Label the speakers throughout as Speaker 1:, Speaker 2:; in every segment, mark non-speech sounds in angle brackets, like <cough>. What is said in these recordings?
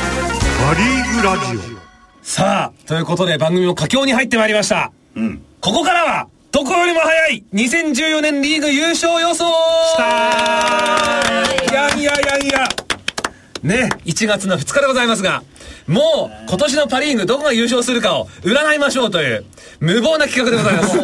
Speaker 1: カリーグラジ
Speaker 2: さあ、ということで番組も佳境に入ってまいりました。ここからは、どこよりも早い、2014年リーグ優勝予想いやいやいやいや。ね、1月の2日でございますが、もう今年のパ・リーグどこが優勝するかを占いましょうという、無謀な企画でございます。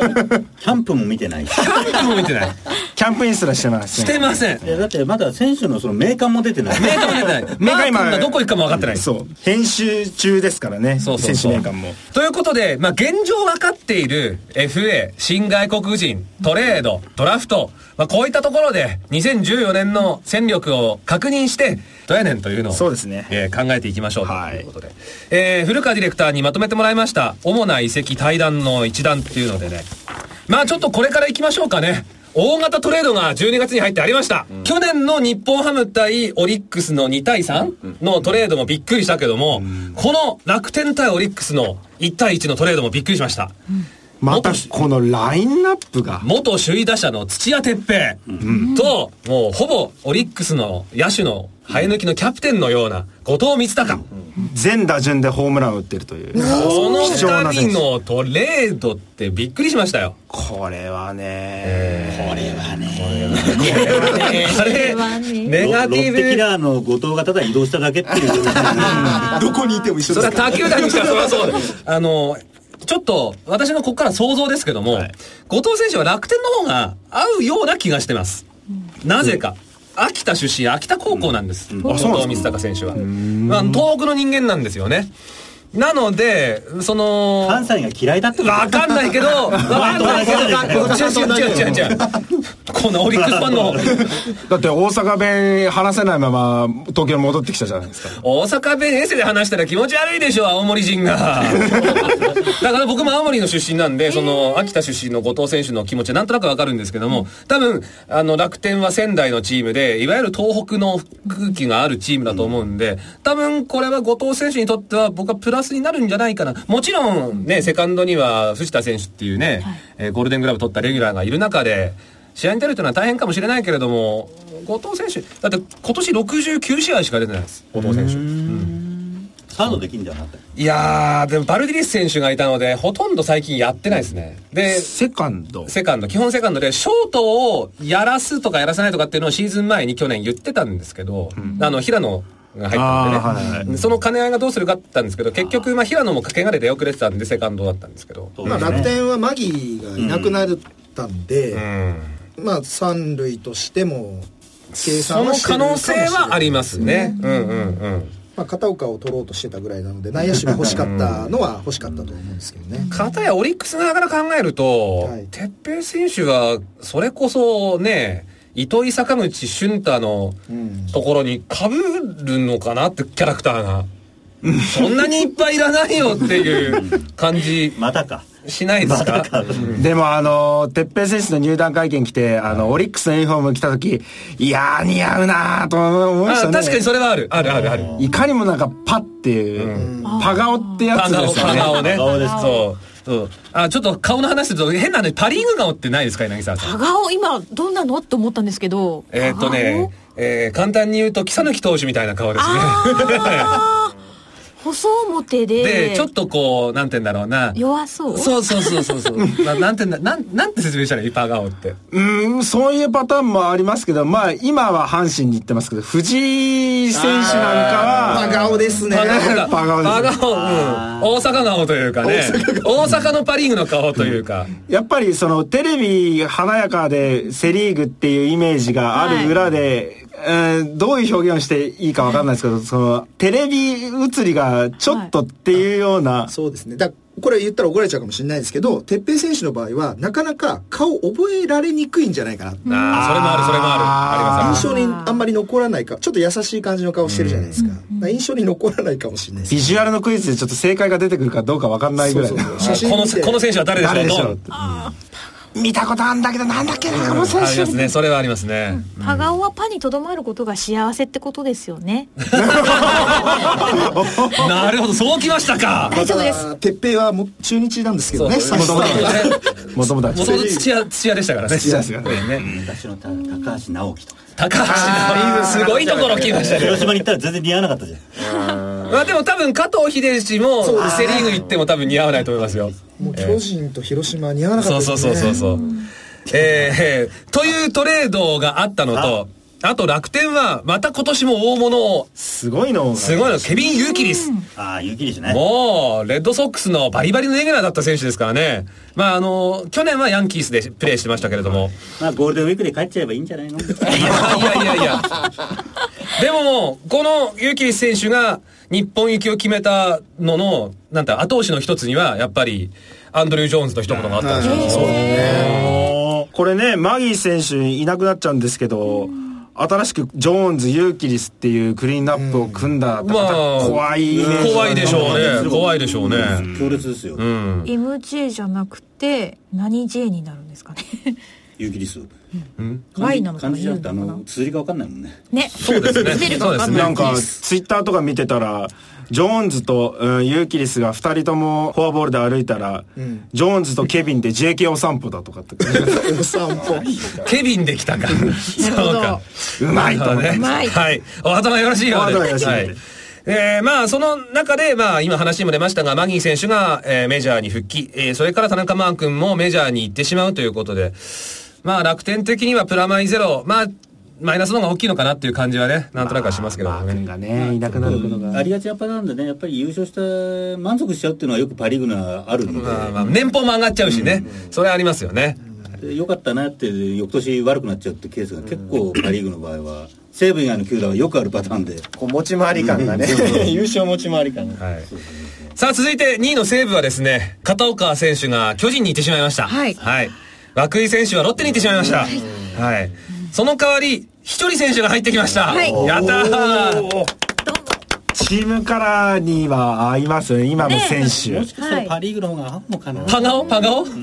Speaker 2: <laughs>
Speaker 3: キャンプも見てないし。
Speaker 2: キャンプも見てない。
Speaker 4: キャンプインすらしてます
Speaker 2: してません。
Speaker 3: いや、だってまだ選手のその名鑑も出てない。
Speaker 2: メーカーも出てない。メーカー今がどこ行くかも分かってない。
Speaker 4: そう編集中ですからね
Speaker 2: そうそうそう
Speaker 4: 選手名鑑も
Speaker 2: ということで、まあ、現状分かっている FA、新外国人、トレード、ドラフト、まあ、こういったところで、2014年の戦力を確認して、どうやねんというのを、
Speaker 4: そうですね
Speaker 2: えー考えていきましょうと
Speaker 4: はい
Speaker 2: いうことで。えー古川ディレクターにまとめてもらいました、主な移籍対談の一覧っていうのでね、まあ、ちょっとこれから行きましょうかね。大型トレードが12月に入ってありました。去年の日本ハム対オリックスの2対3のトレードもびっくりしたけども、この楽天対オリックスの1対1のトレードもびっくりしました。
Speaker 4: またこのラインナップが
Speaker 2: 元首位打者の土屋哲平と、もうほぼオリックスの野手の生え抜きのキャプテンのような後藤光隆。
Speaker 4: 全打順でホームランを打ってるという
Speaker 2: この
Speaker 4: 貴重な
Speaker 2: 2人
Speaker 4: 選手
Speaker 2: のトレードってびっくりしましたよ。
Speaker 4: これはね
Speaker 3: これはね。
Speaker 2: あれ、ネ
Speaker 3: ロ
Speaker 2: ガ
Speaker 3: ロ
Speaker 2: ティ
Speaker 3: ッ
Speaker 2: ブ
Speaker 3: テキラーの後藤がただ移動しただけって
Speaker 2: <laughs>
Speaker 3: いう。
Speaker 4: どこにいても一
Speaker 2: それは他球団にしたらそりゃそう <laughs> だよあの、ちょっと、私のここから想像ですけども、後藤選手は楽天の方が合うような気がしてます。なぜか。秋田出身、秋田高校なんです。後藤光隆選手は。まあ、東北の人間なんですよね。なので、その、
Speaker 3: 関西が嫌いだってこと
Speaker 2: わかんないけど、わかんないけど、違う違う違う違う違う。こんなオリックスファンの
Speaker 4: だって大阪弁話せないまま東京に戻ってきたじゃないですか
Speaker 2: 大阪弁衛生で話したら気持ち悪いでしょ青森人 <laughs> がだから僕も青森の出身なんでその秋田出身の後藤選手の気持ちはなんとなくわかるんですけども多分あの楽天は仙台のチームでいわゆる東北の空気があるチームだと思うんで多分これは後藤選手にとっては僕はプラスになるんじゃないかなもちろんねセカンドには藤田選手っていうね、えーゴールデングラブ取ったレギュラーがいる中で試合に出るというのは大変かもしれないけれども後藤選手だって今年69試合しか出てないです後藤選手
Speaker 3: サードできんじゃなかった。
Speaker 2: いやーでもバルディリス選手がいたのでほとんど最近やってないですねで
Speaker 4: セカンド
Speaker 2: セカンド基本セカンドでショートをやらすとかやらせないとかっていうのをシーズン前に去年言ってたんですけど、あの平野が入ったんでね、
Speaker 4: あーはい
Speaker 2: その兼ね合いがどうするかって言ったんですけど結局まあ平野も掛けがれで出遅れてたんでセカンドだったんですけど
Speaker 3: そう
Speaker 5: まあ、
Speaker 3: ですね
Speaker 5: 楽天はマギーがいなくなったんで、
Speaker 2: うん
Speaker 5: まあ三塁としても計
Speaker 2: そ
Speaker 5: 算
Speaker 2: の
Speaker 5: はして
Speaker 2: 可
Speaker 5: るかも
Speaker 2: 能
Speaker 5: し
Speaker 2: 性
Speaker 5: れない
Speaker 2: はありますねうんうんうん
Speaker 5: まあ、片岡を取ろうとしてたぐらいなので内野手が欲しかったのは欲しかったと思うんですけどね
Speaker 2: 片やオリックス側から考えると
Speaker 5: はい、
Speaker 2: 哲、平選手が、それこそね、糸井坂口俊太の
Speaker 5: うん
Speaker 2: ところに被るのかなってキャラクターが。そんなにいっぱいいらないよっていう感じ
Speaker 3: またか。
Speaker 2: しないですか、
Speaker 4: でもあの哲平選手の入団会見来てあのオリックスのユニフォーム着た時いやー似合うなーと思いま
Speaker 2: あ
Speaker 4: したね
Speaker 2: 確かにそれはある。あるあるある。
Speaker 4: いかにもなんかパっていう、パガオってや
Speaker 2: パ
Speaker 4: つ
Speaker 2: ガ
Speaker 4: で
Speaker 2: オ、
Speaker 4: すよ
Speaker 2: パ
Speaker 4: ね
Speaker 2: ガオね。
Speaker 3: パガオですか
Speaker 2: そう。そうあ、ちょっと顔の話すると変なね、パリーグ顔ってないですか柳沢さん。
Speaker 6: パガオ今どんなのって思ったんですけど
Speaker 2: えーっとね、えー簡単に言うと、木佐抜投手みたいな顔ですね。
Speaker 6: パガオあー細表で
Speaker 2: で、ちょっとこう、なんて言うんだろうな。
Speaker 6: 弱そう
Speaker 2: そうそうそうそう
Speaker 6: <laughs>
Speaker 2: そう。ななんて言うんだ、なん、なんて説明したらいいパガオって。
Speaker 4: うーん、そういうパターンもありますけど、まあ、今は阪神に行ってますけど、藤井選手なんか
Speaker 5: 真
Speaker 4: は、
Speaker 5: 顔ですね
Speaker 2: パガオが。
Speaker 4: パガオです
Speaker 2: パガオ、うん。大阪顔というかね。大阪のパリーグの顔というか。
Speaker 4: やっぱりそのテレビ華やかでセリーグっていうイメージがある裏で、うんどういう表現をしていいかわかんないですけど、そのテレビ映りがちょっとっていうような、
Speaker 5: そうですねだこれ言ったら怒られちゃうかもしれないですけど哲平選手の場合はなかなか顔覚えられにくいんじゃないか
Speaker 2: あ
Speaker 5: な
Speaker 2: あ、それもある、それもある。あります
Speaker 5: 印象にあんまり残らないかちょっと優しい感じの顔してるじゃないですかだから印象に残らないかもしれないです
Speaker 4: ビジュアルのクイズでちょっと正解が出てくるかどうかわかんないぐらい
Speaker 5: そう
Speaker 4: の。
Speaker 5: そう
Speaker 2: あります。この、
Speaker 5: 写真見て
Speaker 2: この選手は誰でしょう
Speaker 4: 誰でしょ
Speaker 2: ド
Speaker 4: うっ
Speaker 2: ン
Speaker 4: て見たことあんだけど、なんだっけな、この選
Speaker 2: あり
Speaker 4: 手
Speaker 2: ま。すね。それはあります
Speaker 4: <laughs>
Speaker 2: ね。
Speaker 6: パガオはパにとどまることが幸せってことですよね
Speaker 2: なるほど、そうきましたか。
Speaker 6: 大丈夫です。
Speaker 5: 鉄平はもう中日なんですけどね。
Speaker 2: そう
Speaker 5: サッカーは
Speaker 4: もともとは
Speaker 2: もともと土屋、土屋でしたからね。
Speaker 4: 土屋ですよ
Speaker 2: ね。
Speaker 3: 昔のた高橋直樹とか。
Speaker 2: 高橋のすごいところ来ましたね。
Speaker 3: 広島に行ったら全然似合わなかったじゃん。
Speaker 2: まあでも多分加藤秀氏もセリーグ行っても多分似合わないと思いますよ。
Speaker 5: もう巨人と広島は似合わなかった
Speaker 2: そう
Speaker 5: です
Speaker 2: そ
Speaker 5: ね。
Speaker 2: うそうそうそう。えーえーというトレードがあったのと、あと楽天はまた今年も大物を、
Speaker 4: すごいのが。
Speaker 2: すごいの、ケビン・ユーキリス。
Speaker 3: ああ、雪ですね。
Speaker 2: もう、レッドソックスのバリバリのレギュラーだった選手ですからね。まああの、去年はヤンキースでプレーしてましたけれども。
Speaker 3: まあ、ゴールデンウィークで帰っちゃえばいいんじゃないの
Speaker 2: いやいやいやいや。でも、このユーキリス選手が日本行きを決めたのの、なんて後押しの一つには、やっぱり、アンドリュー・ジョーンズの一言があったんですよ。
Speaker 4: これね、マギー選手いなくなっちゃうんですけど、新しくジョーンズ、ユーキリスっていうクリーンナップを組んだ、また怖いイメージ
Speaker 2: 怖いでしょうね。怖いでしょうね。
Speaker 3: 強烈ですよ。
Speaker 6: MJ じゃなくて、何 J になるんですかね。
Speaker 3: 雪です。
Speaker 6: Y なのか
Speaker 3: 感
Speaker 6: な
Speaker 3: じじゃなくて、あの、綴りがわかんないもんね。
Speaker 6: ね。
Speaker 2: そうですね。
Speaker 6: 出るか
Speaker 2: そうで
Speaker 6: わか
Speaker 2: す
Speaker 6: んない。
Speaker 4: なんか、ツイッターとか見てたら、ジョーンズと、うん、ユーキリスが2人ともフォアボールで歩いたら、ジョーンズとケビンで JK お散歩だとかって、
Speaker 2: <laughs>
Speaker 5: お散歩。
Speaker 2: ケビンできたか。そうか。
Speaker 4: <laughs> うまい
Speaker 2: <laughs>
Speaker 4: と思って
Speaker 6: うまい
Speaker 2: はい。お後がよろしいようで。
Speaker 4: お後がよろしいようで
Speaker 2: はえーまあ、その中で、まあ、今話にも出ましたが、マギー選手が、えーメジャーに復帰、えーそれから田中マー君もメジャーに行ってしまうということで、まあ、楽天的にはプラマイゼロ、まあ、マイナスの方が大きいのかなっていう感じはね、なんとなくはしますけど
Speaker 4: マ
Speaker 2: も
Speaker 4: ー君
Speaker 2: ね。
Speaker 4: がね、いなくなることが。
Speaker 3: ありがちなパターンでね、やっぱり優勝して満足しちゃうっていうのはよくパ・リーグがあるの
Speaker 2: まあまあ、年俸も上がっちゃうしね、それありますよね。
Speaker 3: で、よかったなって、翌年悪くなっちゃうってケースが結構パ・リーグの場合は、西武以外の球団はよくあるパターンで。
Speaker 1: こう持ち回り感がね、優勝持ち回り感が。
Speaker 2: はい。さあ、続いて2位の西武はですね、片岡選手が巨人に行ってしまいました。
Speaker 6: はい
Speaker 2: はい。涌井選手はロッテに行ってしまいました。はい。その代わり、ひとり選手が入ってきました。
Speaker 6: はい
Speaker 2: やったー
Speaker 6: どんどん
Speaker 4: チームカラーには合いますよね、今の選手
Speaker 3: も。しかしたらパ・リーグの方が合うのかな。
Speaker 2: パガオパガオ <laughs>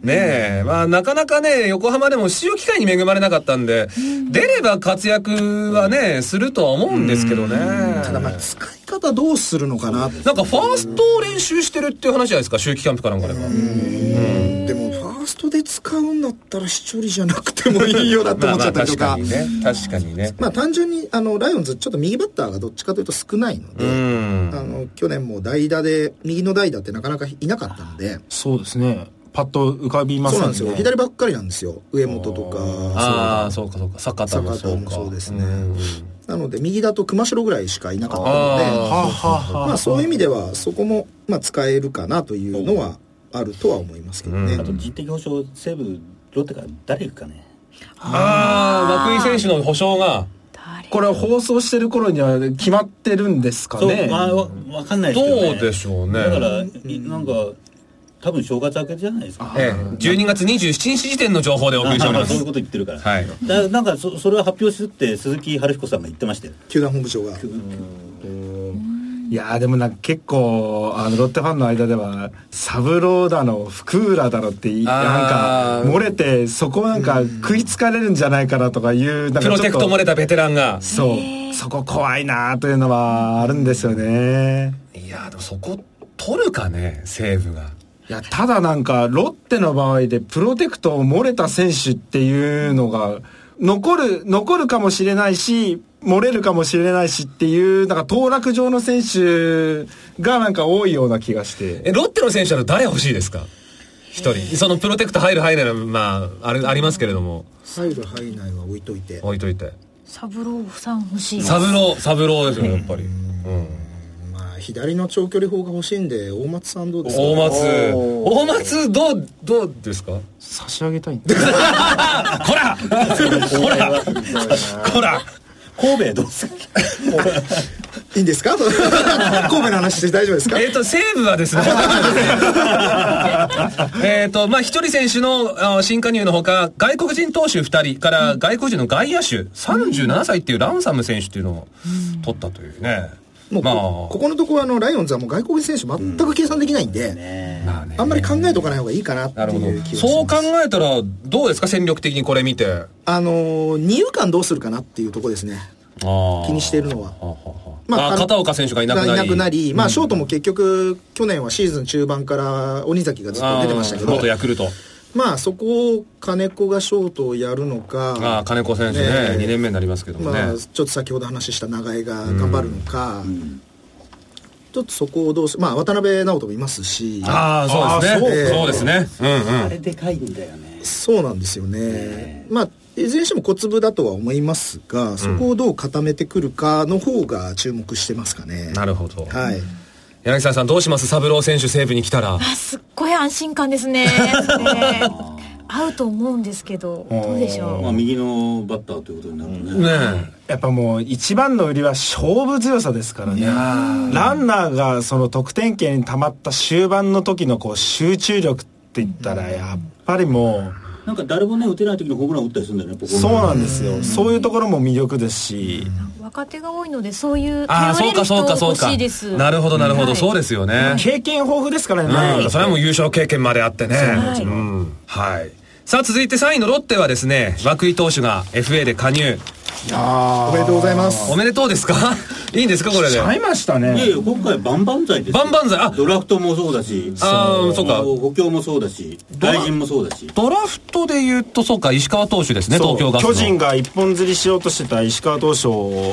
Speaker 2: ねえ、まあなかなかね、横浜でも出場機会に恵まれなかったんで、出れば活躍はね、するとは思うんですけどね。
Speaker 5: ただまあ使い方どうするのかなって
Speaker 2: なんかファーストを練習してるっていう話じゃないですか、秋季キャンプかなんかでは。
Speaker 5: でもファーストで使うんだったら飛距離じゃなくてもいいよだって
Speaker 2: ま
Speaker 5: 思
Speaker 2: あま
Speaker 5: っちゃ
Speaker 2: あ
Speaker 5: ったり
Speaker 2: 確
Speaker 5: とか
Speaker 2: かにね。確かにね。
Speaker 5: まあ単純にあのライオンズちょっと右バッターがどっちかというと少ないので、
Speaker 2: うん。
Speaker 5: あの去年も代打で右の代打ってなかなかいなかったので、
Speaker 4: そうですね。パッと浮かびま
Speaker 5: そう
Speaker 4: す
Speaker 5: なんですよ左ばっかりなんですよ上本とか
Speaker 2: ああ、そうかそうか。坂田も
Speaker 5: 坂
Speaker 2: そ
Speaker 5: 田
Speaker 2: う
Speaker 5: も
Speaker 2: か。
Speaker 5: そうですね
Speaker 2: ん
Speaker 5: なので右だと熊代ぐらいしかいなかったので
Speaker 2: あ
Speaker 4: ははは
Speaker 5: まあそういう意味ではそこもまあ使えるかなというのはあるとは思いますけどね、
Speaker 2: う
Speaker 3: あと人的保障、西武、ロッテから誰行くかね。
Speaker 2: ああ、涌井選手の保証が、
Speaker 6: 誰
Speaker 4: これ放送してる頃には決まってるんですか
Speaker 3: そう、
Speaker 4: ね。
Speaker 3: まあ、わわかんないですけど、ね。
Speaker 2: どうでしょうね
Speaker 3: だから、いなんか、多分正月明けじゃないですか、
Speaker 2: ええ、12月27日時点の情報でお送りしており
Speaker 3: あ
Speaker 2: ま
Speaker 3: そういう
Speaker 2: す
Speaker 3: こ。と言ってるから。
Speaker 2: はい。
Speaker 3: だなんかそ、それを発表するって鈴木春彦さんが言ってましたよ。
Speaker 5: 球団本部長が
Speaker 4: いやーでもなんか結構あのロッテファンの間ではサブローだの福浦だのっていな
Speaker 2: あー
Speaker 4: んか漏れてそこなんか食いつかれるんじゃないかなとかいうなんか
Speaker 2: プ
Speaker 4: ちょっ
Speaker 2: ロ
Speaker 4: と
Speaker 2: テクト漏れたベテランが。
Speaker 4: そうそこ怖いなーというのはあるんですよね
Speaker 2: いやー、でもそこ、取るかね、西武が。
Speaker 4: いやただなんかロッテの場合でプロテクトを漏れた選手っていうのが残る残るかもしれないし漏れるかもしれないしっていうなんか当落上の選手がなんか多いような気がして。
Speaker 2: え、ロッテの選手なら誰欲しいですか一人。そのプロテクト入る入らないは、まあ、あれ、ありますけれども、
Speaker 5: 入る範囲内は置いといて
Speaker 2: 置いといて。
Speaker 6: サブローさん欲しい。
Speaker 2: サブロー、サブローですよ、やっぱり。うん。
Speaker 5: まあ左の長距離砲が欲しいんで大松さんどうですか
Speaker 2: 大松。大松、どう、どうですか
Speaker 4: 差し上げたいん
Speaker 2: こらこらこら
Speaker 3: 神戸はどうですか
Speaker 5: いいんですか <laughs> 神戸の話して大丈夫ですか
Speaker 2: えっ、と、西武はですね、 <laughs> えっと、まあ、一人選手のあ新加入のほか、外国人投手2人から外国人の外野手、37歳っていうランサム選手っていうのを取ったというね。
Speaker 5: もうこ,、
Speaker 2: まあ、
Speaker 5: ここのところあのライオンズはもう外国人選手全く計算できないんで、
Speaker 2: まあね
Speaker 5: あんまり考えとかない方がいいかなって
Speaker 2: なるほ
Speaker 5: いう
Speaker 2: ど
Speaker 5: 気。がします
Speaker 2: そう考えたら、どうですか戦力的にこれ見て。
Speaker 5: あのー二遊間どうするかなっていうところですね
Speaker 2: 気
Speaker 5: 気にしてるのは
Speaker 2: はははあ
Speaker 5: の
Speaker 2: 片岡選手がいなくなり
Speaker 5: まあ、ショートも結局、去年はシーズン中盤から鬼崎がずっと出てましたけ
Speaker 2: あー元ヤ
Speaker 5: ど、
Speaker 2: クルト。
Speaker 5: まあ、そこを金子がショートをやるの
Speaker 2: あ
Speaker 5: か
Speaker 2: あ、、金子選手ね
Speaker 5: ねえ
Speaker 2: 2年目になりますけどもね。
Speaker 5: まあ、ちょっと先ほど話した長江が頑張るのか、ちょっとそこをどうすまあ、渡辺直人もいますし、
Speaker 2: ああ、
Speaker 4: あ
Speaker 2: そ
Speaker 4: ー
Speaker 2: う
Speaker 5: そう
Speaker 2: ですね。
Speaker 5: か
Speaker 2: そうですね。うんうん
Speaker 3: あ。れでかいんだよね
Speaker 5: そうなんですよね。まあいずれにしても小粒だとは思いますが、そこをどう固めてくるかの方が注目してますかね。
Speaker 2: なるほど。
Speaker 5: はい。
Speaker 2: 柳沢さんどうします三郎選手西武に来たら。
Speaker 6: あすっごい安心感で
Speaker 2: <laughs>
Speaker 6: すね。ね合うと思うんですけど、どうでし
Speaker 3: まあ
Speaker 6: ょ
Speaker 3: 右のバッターということになるとね、
Speaker 2: ね
Speaker 4: やっぱもう一番の売りは勝負強さですからね。ランナーがその得点圏に溜まった終盤の時のこう集中力って言ったらやっぱりも
Speaker 3: なんか誰もね打てない時にホームラン打ったりするんだよねポ
Speaker 4: う
Speaker 3: コン
Speaker 4: そうなんですよ。そういうところも魅力ですし。
Speaker 6: う。若手が多いので、そういう
Speaker 2: ああ、
Speaker 6: 頼
Speaker 2: そう
Speaker 6: れ
Speaker 2: か
Speaker 6: る人
Speaker 2: そうかそう
Speaker 6: 欲
Speaker 2: か
Speaker 6: しいです。。
Speaker 2: なるほどなるほ
Speaker 6: は
Speaker 2: ど。
Speaker 6: い
Speaker 2: そうですよね。
Speaker 4: 経験豊富ですからね。
Speaker 2: う、
Speaker 4: なんん
Speaker 2: そ
Speaker 4: か
Speaker 2: れはもう優勝経験まであってね。
Speaker 6: はい
Speaker 2: うんはい。さあ、続いて3位のロッテはですね、涌井投手が FA で加入。
Speaker 5: おめでとうございます。
Speaker 2: おめでとうですか <laughs> いいんですかこれで。
Speaker 4: 合いました
Speaker 3: いやい
Speaker 4: ね。
Speaker 3: や今回バンバン剤ですよ
Speaker 2: バンバン剤あ
Speaker 3: ドラフトもそうだし
Speaker 2: あーそうか
Speaker 3: 補強もそうだし
Speaker 2: ラ
Speaker 3: 外人もそうだし
Speaker 2: ドラフトで言うと、そうか、石川投手ですね、
Speaker 4: そう
Speaker 2: 東京ガスの。
Speaker 4: 巨人が一本釣りしようとしてた石川投手を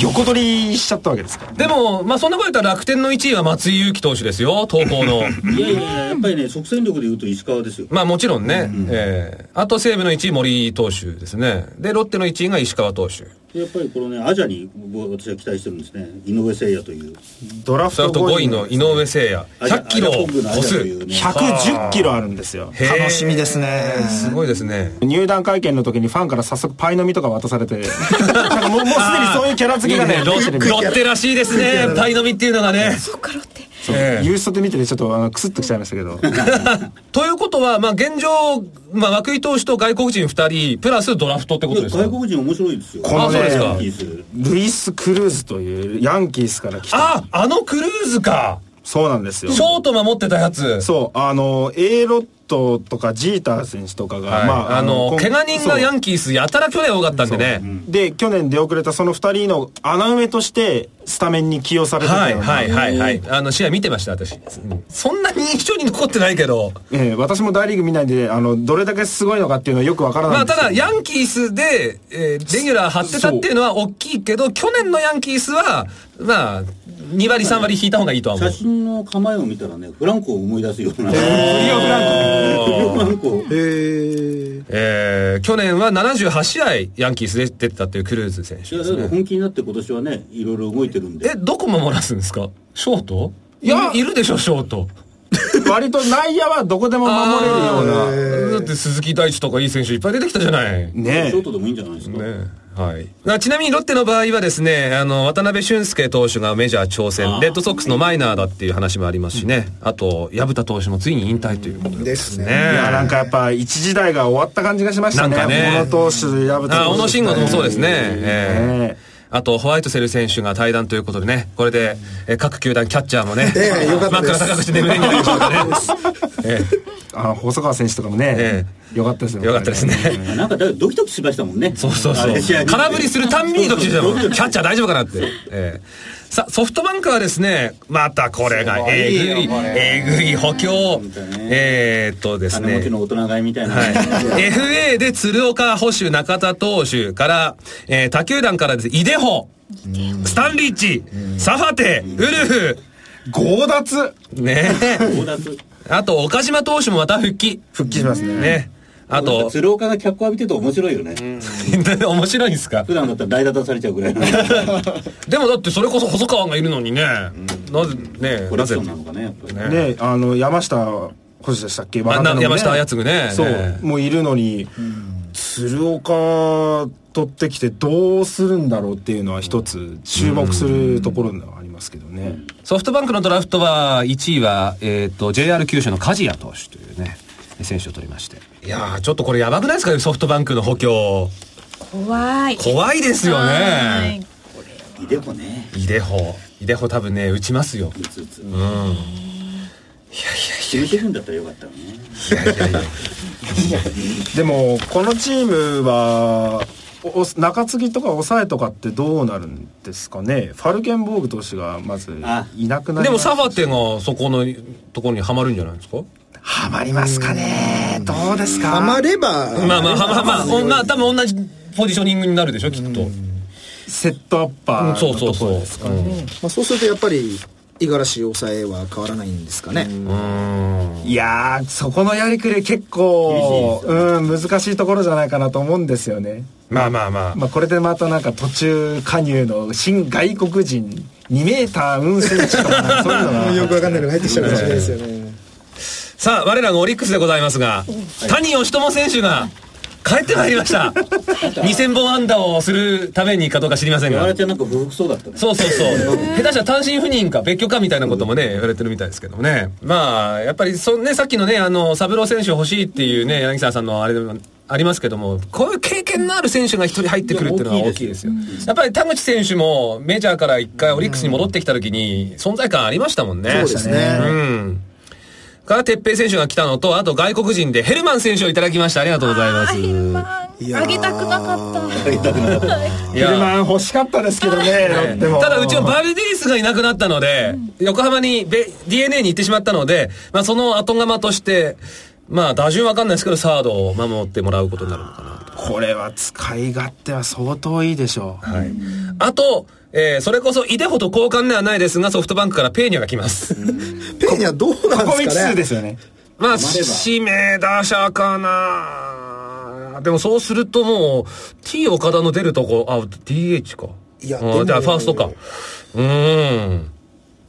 Speaker 4: 横取りしちゃったわけですからね。
Speaker 2: でも、まあ、そんなこと言ったら楽天の1位は松井裕樹投手ですよ、東高
Speaker 4: <laughs>
Speaker 2: の。
Speaker 3: いやいやいややっぱりね即戦力でいうと石川ですよ
Speaker 2: まあもちろんね、ええあと西武の1位森井投手ですね。で、ロッテの1位が石川投手。
Speaker 3: やっぱりこのねアジャに僕私は期待してるんですね井上誠也という
Speaker 4: ドラフ
Speaker 2: それ
Speaker 4: ト
Speaker 2: と5位の井上誠也、
Speaker 3: アジャ
Speaker 2: 100キロ
Speaker 3: アジャ
Speaker 2: を
Speaker 3: コングのア
Speaker 2: 超
Speaker 3: ジャ
Speaker 2: す
Speaker 3: と。いうね
Speaker 4: 110キロあるんですよ。
Speaker 2: へー
Speaker 5: 楽しみですね。
Speaker 2: すごいですね。
Speaker 4: 入団会見の時にファンから早速パイの実とか渡され <laughs> てなんかもうもうすでにそういうキャラ付けがね
Speaker 2: いいロロッテらしいですね。パイの実っていうのがね。
Speaker 6: そうか、ロッテ。
Speaker 2: ええ
Speaker 4: ユーストで見ててちょっとあのクスッときちゃいましたけど
Speaker 2: ということは、まあ現状、まあ涌井投手と外国人2人、プラスドラフトってこ
Speaker 3: い
Speaker 2: と
Speaker 3: や
Speaker 2: ですか
Speaker 3: 外国人面白いですよ
Speaker 4: このね
Speaker 2: あそう
Speaker 3: ヤンキ
Speaker 2: で
Speaker 3: ース
Speaker 4: ルイス・クルーズというヤンキースから来た
Speaker 2: あ、あのクルーズか。
Speaker 4: そうなんですよ
Speaker 2: ショート守ってたやつ。
Speaker 4: そうあの A ロットとかジーター選手とかが、
Speaker 2: はい
Speaker 4: まあ
Speaker 2: あの、怪
Speaker 4: 今
Speaker 2: 我人がヤ
Speaker 4: そう
Speaker 2: ンキースやたら去年多かったんでね。
Speaker 4: で去年出遅れたその2人の穴埋めとしてスタメンに起用されてた
Speaker 2: はい
Speaker 4: ような、
Speaker 2: はいはいはい。あの、試合見てました、私。うんそんなに印象に残ってないけど。
Speaker 4: ええ私も大リーグ見ないんであのどれだけすごいのかっていうのはよくわからな
Speaker 2: ま
Speaker 4: い
Speaker 2: あ、
Speaker 4: んです
Speaker 2: た
Speaker 4: けど、
Speaker 2: だ、ヤンキースで、えーレギュラー張ってたっていうのは大きいけど、去年のヤンキースは、まあ、2割3割引いた方がいいとは思う
Speaker 3: 写。真の構えを見たらねフランコを思い出すようなフ
Speaker 4: リオフランコ
Speaker 3: ランコ
Speaker 5: えー、
Speaker 2: えー去年は78試合ヤンキースで出てたっていうクルーズ選
Speaker 3: い
Speaker 2: 手
Speaker 3: や
Speaker 2: で
Speaker 3: だか
Speaker 2: す
Speaker 3: ら
Speaker 2: ね。
Speaker 3: 本気になって今年はねいろいろ動いてるんで
Speaker 2: え、どこ守らすんですかショートい
Speaker 4: や
Speaker 2: るいるでしょ、ショート。
Speaker 4: 割と内野はどこでも守れるような
Speaker 2: うな。だって鈴木大地とかいい選手いっぱい出てきたじゃない。ね
Speaker 4: ね
Speaker 3: ショートでもいいんじゃないですか、
Speaker 2: はい。あちなみにロッテの場合はですね、あの、渡辺俊介投手がメジャー挑戦、レッドソックスのマイナーだっていう話もありますしね、あと、薮田投手もついに引退ということで。
Speaker 5: です
Speaker 2: ね
Speaker 5: ね。
Speaker 4: いやなんかやっぱ一時代が終わった感じがしましたね。
Speaker 2: なんかね
Speaker 4: 小野投手、薮田
Speaker 2: あ、
Speaker 4: 投
Speaker 2: 小
Speaker 4: 手
Speaker 2: 野慎吾もそうですね。
Speaker 4: ね
Speaker 2: ええあと、ホワイトセル選手が対談ということでね、これで、え各球団キャッチャーもね、
Speaker 5: ええよかったです
Speaker 2: 枕高くして眠れんじゃないでしょうかね。
Speaker 5: <laughs>
Speaker 2: え
Speaker 4: あの細川選手とかもね、
Speaker 2: え
Speaker 4: よかったですよ
Speaker 2: えよかったですね。。
Speaker 3: なんかだからドキドキしましたもんね。
Speaker 2: そうそうそ
Speaker 3: あ
Speaker 2: う。
Speaker 3: れ試合見て
Speaker 2: 空振りするたんびにドキドキして
Speaker 3: <laughs>
Speaker 2: たもん。キャッチャー大丈夫かなって。ええさあ、ソフトバンクはですね、またこれがえぐい、えぐい補強
Speaker 3: 本当。ね
Speaker 2: えーっとです
Speaker 3: 金持
Speaker 2: ね
Speaker 3: ち。の大人買いみたいな。 <laughs>
Speaker 2: はい。FA で鶴岡捕手中田投手から、えー他球団からです、イデホ、スタンリッチ、サファテ、ウルフ、
Speaker 4: 強奪
Speaker 2: ねえ
Speaker 3: <laughs> 強奪
Speaker 2: あと、岡島投手もまた <laughs> 復帰。
Speaker 4: 復帰しますね。
Speaker 2: ね。あと、
Speaker 3: 鶴岡が脚光浴びてると面白いよね。
Speaker 2: <laughs> 面白いんすか
Speaker 3: 普段だったら代打出されちゃうぐ
Speaker 2: <laughs>
Speaker 3: らいの。
Speaker 2: でもだってそれこそ細川がいるのにね、なぜね
Speaker 3: コレ
Speaker 2: な
Speaker 3: クシ
Speaker 2: ぜ
Speaker 3: ョンなのかね、やっぱりね。
Speaker 4: ねあの山下捕手でしたっけ？
Speaker 2: あ
Speaker 4: 若手のね
Speaker 2: 山下綾次ね
Speaker 4: そう、
Speaker 2: ね
Speaker 4: もういるのに、鶴岡取ってきてどうするんだろうっていうのは一つ注目するところではありますけどね。
Speaker 2: ソフトバンクのドラフトは1位は、えー、と JR 九州の梶谷投手というね選手を取りましていやーちょっとこれやばくないですかソフトバンクの補強
Speaker 6: 怖い。
Speaker 2: 怖いですよ
Speaker 6: は
Speaker 2: ね
Speaker 6: い
Speaker 3: いでこね。
Speaker 2: イデホイデホ多分ね打ちますよ
Speaker 3: うつうつ。うん。いやいやいや。決めてるんだったらよかったのね。
Speaker 2: いやいやいや
Speaker 4: でもこのチームはお中継ぎとか抑えとかってどうなるんですかねファルケンボーグ投手がまずいなくなり
Speaker 2: でも
Speaker 4: ます
Speaker 2: サファテがそこのところにはまるんじゃないですか
Speaker 4: はまりますかねどうですか
Speaker 5: ハマれば、
Speaker 2: まあまあまあまあ、まあ、多分同じポジショニングになるでしょきっと、
Speaker 4: セットアッパーの
Speaker 2: そうそ
Speaker 4: と
Speaker 2: う
Speaker 4: こ
Speaker 2: そう
Speaker 4: ろですかね
Speaker 5: まあ、そうするとやっぱり五十嵐抑えは変わらないんですかね、
Speaker 4: いやーそこのやりくり結構うん難しいところじゃないかなと思うんですよね
Speaker 2: まあまあま
Speaker 4: まあこれでまたなんか途中加入の新外国人2メーター運センチとかなんかそういう
Speaker 2: <laughs>
Speaker 4: のが
Speaker 5: よくわかんないのが入ってきちゃうかもしれないですよね
Speaker 2: さあ我らがオリックスでございますが谷義智選手が帰ってまいりました2000本安打をするためにかどうか知りません
Speaker 3: 言わ
Speaker 2: が
Speaker 3: れてなんか不服そうだったね
Speaker 2: そうそうそう。下手したら単身赴任か別居かみたいなこともね、言われてるみたいですけどもね。まあ、やっぱり、そのね、さっきのね、あの、サブロー選手欲しいっていうね、柳沢さんのあれでも、ありますけども、こういう経験のある選手が一人入ってくるっていうのは大きいですよ。やっぱり田口選手もメジャーから一回オリックスに戻ってきた時に存在感ありましたもんね。
Speaker 5: そうですね
Speaker 2: うん。から哲平選手が来たのと、あと外国人でヘルマン選手をいただきました。ありがとうございます。
Speaker 5: い
Speaker 6: あ
Speaker 5: やー
Speaker 6: げたくなかった
Speaker 2: い
Speaker 4: ヘ
Speaker 2: や
Speaker 4: ルマン欲しかったですけどねロッテも
Speaker 2: ただうちはバルディースがいなくなったので、横浜にベ DNA に行ってしまったので、まあ、その後釜として、まあ、打順わかんないですけど、サードを守ってもらうことになるのかなと。
Speaker 4: これは使い勝手は相当いいでしょう
Speaker 2: はい。あと、えーそれこそ、イデホと交換ではないですが、ソフトバンクからペーニャが来ます。
Speaker 5: ペーニャどうなん
Speaker 4: ここ
Speaker 5: で
Speaker 4: 未
Speaker 5: すか
Speaker 4: 知
Speaker 5: ね
Speaker 4: ですよね
Speaker 2: まあ、指名打者かなでもそうするともう、T 岡田の出るとこ、あ、DH か。
Speaker 5: いや
Speaker 2: あ
Speaker 5: でも
Speaker 2: じゃあファーストか。うーん。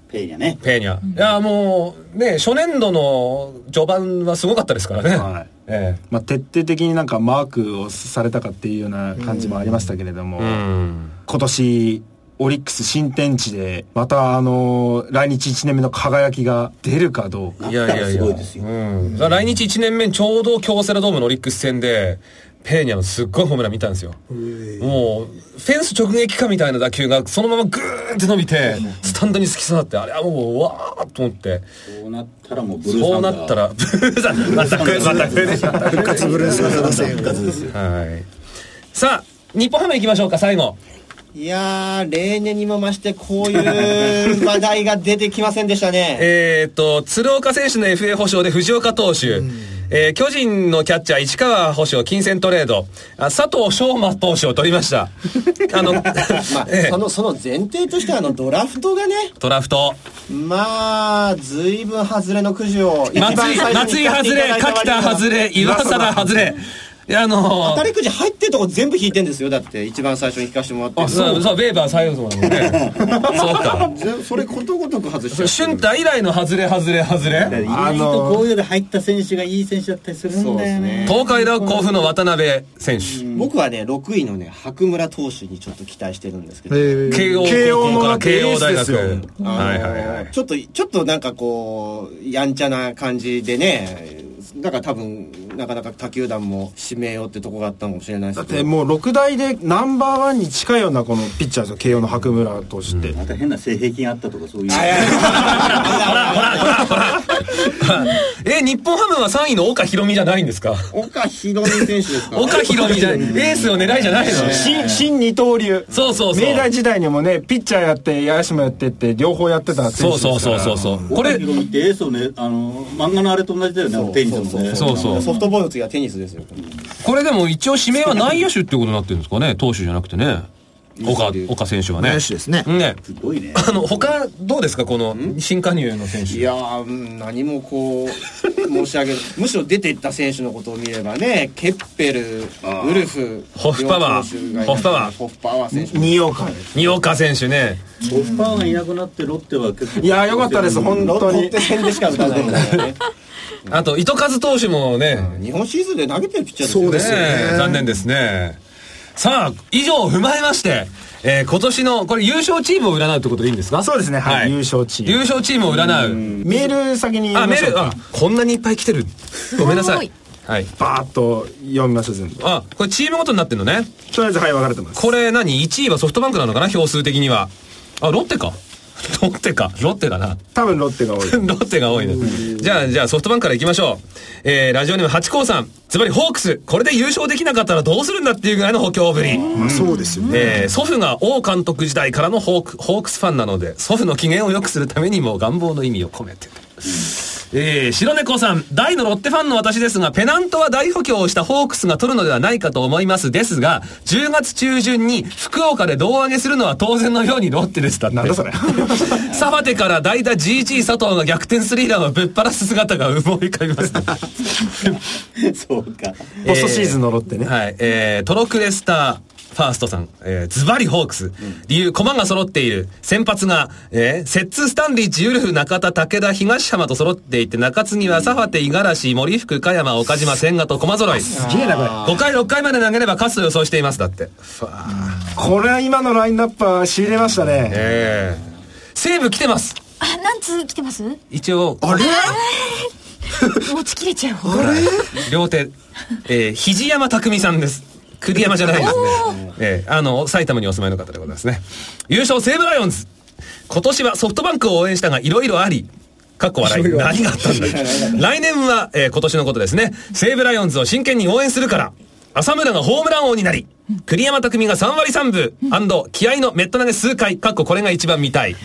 Speaker 3: ペイニャね
Speaker 2: ペーニャ。いや、もう、ね、初年度の序盤はすごかったですからね。
Speaker 4: はい
Speaker 2: え
Speaker 4: まあ、徹底的になんかマークをされたかっていうような感じもありましたけれども、
Speaker 2: え。うん。
Speaker 4: 今年オリックス新天地でまたあの来日1年目の輝きが出るかどうか
Speaker 2: いやいやいや。
Speaker 3: すごいですよ
Speaker 2: うん。来日1年目にちょうど京セラドームのオリックス戦で、ペーニャのすっごいホームラン見たんですよ。もう、フェンス直撃かみたいな打球がそのままグーンって伸びて、スタンドに突き刺さって、あれはもう、うわーっと思って、
Speaker 3: そうなったらもうブルー
Speaker 2: そう
Speaker 3: サ
Speaker 2: な
Speaker 3: ンダー
Speaker 2: った
Speaker 3: <laughs>
Speaker 2: ら、ブーさん、また食え、また食えでしょ。
Speaker 5: 復活ブルース・サザ打線が
Speaker 2: はい。さあ、日本ハム行きましょうか、最後。
Speaker 1: いやー、例年にも増してこういう話題が出てきませんでしたね。
Speaker 2: <laughs> えー、と、鶴岡選手の FA 保証で藤岡投手、えー巨人のキャッチャー市川保証、金銭トレード、あ佐藤昌磨投手を取りま
Speaker 1: <laughs>
Speaker 2: した。あの、
Speaker 1: まあ、
Speaker 2: えー
Speaker 1: その、その前提としてはあの、ドラフトがね、
Speaker 2: トラフト、
Speaker 1: まあ、ずいぶん外れのくじを、一番
Speaker 2: 松井、
Speaker 1: 最初
Speaker 2: 松
Speaker 1: に
Speaker 2: 井
Speaker 1: やってい
Speaker 2: 外
Speaker 1: ただ
Speaker 2: れ、
Speaker 1: いた割
Speaker 2: 柿
Speaker 1: には
Speaker 2: 田外れ、岩貞外れ。いや、あの
Speaker 1: 当
Speaker 2: ー
Speaker 1: たりくじ入ってるとこ全部引いてんですよ。だって、一番最初に聞かせてもらって。
Speaker 2: あそうそう、ベーバー最後なのね。
Speaker 1: <laughs>
Speaker 2: そうか。
Speaker 3: ぜそれことごとく外しちゃ
Speaker 2: 俊太以来の外れ、外れ、外
Speaker 3: う
Speaker 2: れ。
Speaker 3: 意外とこういうの入った選手がいい選手だったりするんだよ
Speaker 1: そうです
Speaker 3: ね
Speaker 1: ね
Speaker 2: 東海大甲府の渡辺選手。
Speaker 1: 僕はね、6位のね、白村投手にちょっと期待してるんですけど。
Speaker 2: 慶応
Speaker 4: 慶応
Speaker 2: 高校から
Speaker 4: の
Speaker 2: 慶応大
Speaker 4: エースです
Speaker 2: 学。
Speaker 4: よ
Speaker 2: はいはいはい。
Speaker 1: ちょっと、ちょっとなんかこう、やんちゃな感じでね、だから多分、なかなか他球団も指名ようってとこがあったのかもしれないで
Speaker 4: だっ
Speaker 1: す
Speaker 4: て
Speaker 1: けど。
Speaker 4: もう6代でナンバーワンに近いようなこのピッチャーですよ慶応の白村投手って、
Speaker 3: また変な性癖があったとかそういう
Speaker 2: <laughs> え、日本ハムは3位の岡博美じゃないんですか
Speaker 1: 岡ひろみ選手ですか
Speaker 2: 岡博美じゃない、エースを狙いじゃないの
Speaker 4: 新新二刀流
Speaker 2: そうそうそう
Speaker 4: 明。大時代にもねピッチャーやって八重島やってって両方やってた選
Speaker 2: そ
Speaker 4: 手で
Speaker 2: う
Speaker 4: すから
Speaker 2: そうそうそうそう。こ
Speaker 3: これ
Speaker 2: れ
Speaker 3: エ、ースをねあの漫画のあれと同じだよねあのテニスのね
Speaker 2: そうそう
Speaker 1: ソフトボールの次はテニスですよ。
Speaker 2: これでも一応指名は内野手ってことになってるんですかね投手じゃなくてね。岡、岡選手はね。
Speaker 5: 内野手ですね
Speaker 2: ね。
Speaker 3: すごいね
Speaker 2: あの、他、どうですかこの、新加入の選手。
Speaker 1: いやー、うん何も <laughs> こう、申し上げる。むしろ出ていった選手のことを見ればね、ケッペル、ウルフ、
Speaker 2: ホフパワー
Speaker 1: 両投手がいなくて
Speaker 2: ホフパワー
Speaker 1: ホフパワー選手。
Speaker 4: 二王冠
Speaker 2: 二岡選手ね。
Speaker 3: ホッパーがいなくなってロッテは結構
Speaker 4: いやーよかったです本
Speaker 1: ロ
Speaker 4: 当
Speaker 1: ッ
Speaker 4: に
Speaker 1: テ戦でしか打たないんだよね。
Speaker 2: あと、糸数投手もね、
Speaker 1: 日本シリーズンで投げてるピッチャーですよね。
Speaker 5: そうですよね
Speaker 2: 残念ですね。さあ、以上を踏まえまして、えー今年の、これ優勝チームを占うってことでいいんですか
Speaker 4: そうですねはい優勝チーム
Speaker 2: 優勝チームを占う。
Speaker 4: メール先に
Speaker 2: あ、
Speaker 4: 読
Speaker 2: メ
Speaker 4: みましょ
Speaker 2: ー
Speaker 4: う
Speaker 2: ル、
Speaker 4: か
Speaker 2: あ、こんなにいっぱい来てる。ごめんなさい。はい。
Speaker 4: バーッと読みましょう全部
Speaker 2: あ、これチームごとになってんのね。
Speaker 4: とりあえずはい分かれてます
Speaker 2: これ何 ?1 位はソフトバンクなのかな票数的には。あ、ロッテか。ロッテか。ロッテだな。
Speaker 4: 多分ロッテが多い。
Speaker 2: <laughs> ロッテが多いね。じゃあ、じゃあソフトバンクから行きましょう。えー、ラジオネーム八甲さん。つまりホークス、これで優勝できなかったらどうするんだっていうぐらいの補強ぶり。
Speaker 5: まあそうですよね。
Speaker 2: えー祖父が王監督時代からのホークホークスファンなので、祖父の機嫌を良くするためにも願望の意味を込めて。えー白猫さん、大のロッテファンの私ですが、ペナントは大補強をしたホークスが取るのではないかと思います。ですが、10月中旬に福岡で胴上げするのは当然のようにロッテでしたって。
Speaker 4: なんだそれ
Speaker 2: <laughs> サファテから代打 GG 佐藤が逆転スリーランをぶっ放す姿が思い浮かびます、
Speaker 3: <laughs> そうか。
Speaker 4: <laughs> ポストシーズンのロッテね。
Speaker 2: はい、えー、トロクレスター、ファーストさん、えー、ズバリホークス。理由、駒が揃っている。先発が、えー、セッツ、スタンリー、ジウルフ、中田、武田、東浜と揃っていて、中継ぎは、サファテ、五十嵐、森福、加山、岡島、千賀と駒揃い。
Speaker 4: すげえな、これ。
Speaker 2: 5回、6回まで投げれば勝つと予想しています。だって。
Speaker 4: これは今のラインナップは仕入れましたね。
Speaker 2: えー、西武来てます。
Speaker 6: あ、何通来
Speaker 2: <laughs>
Speaker 6: てますも
Speaker 2: 一応、
Speaker 6: う打ち切れちゃう。あ
Speaker 2: <laughs> 両手、えー、肘山匠さんです。栗山じゃないですね。えーあの、埼玉にお住まいの方でございますね。優勝西武ライオンズ。今年はソフトバンクを応援したが、いろいろあり、かっこ笑い。何があった <laughs> んだ来年は、えー今年のことですね。西武ライオンズを真剣に応援するから、浅村がホームラン王になり、栗山匠が3割3分、気合のメット投げ数回、かっここれが一番見たい。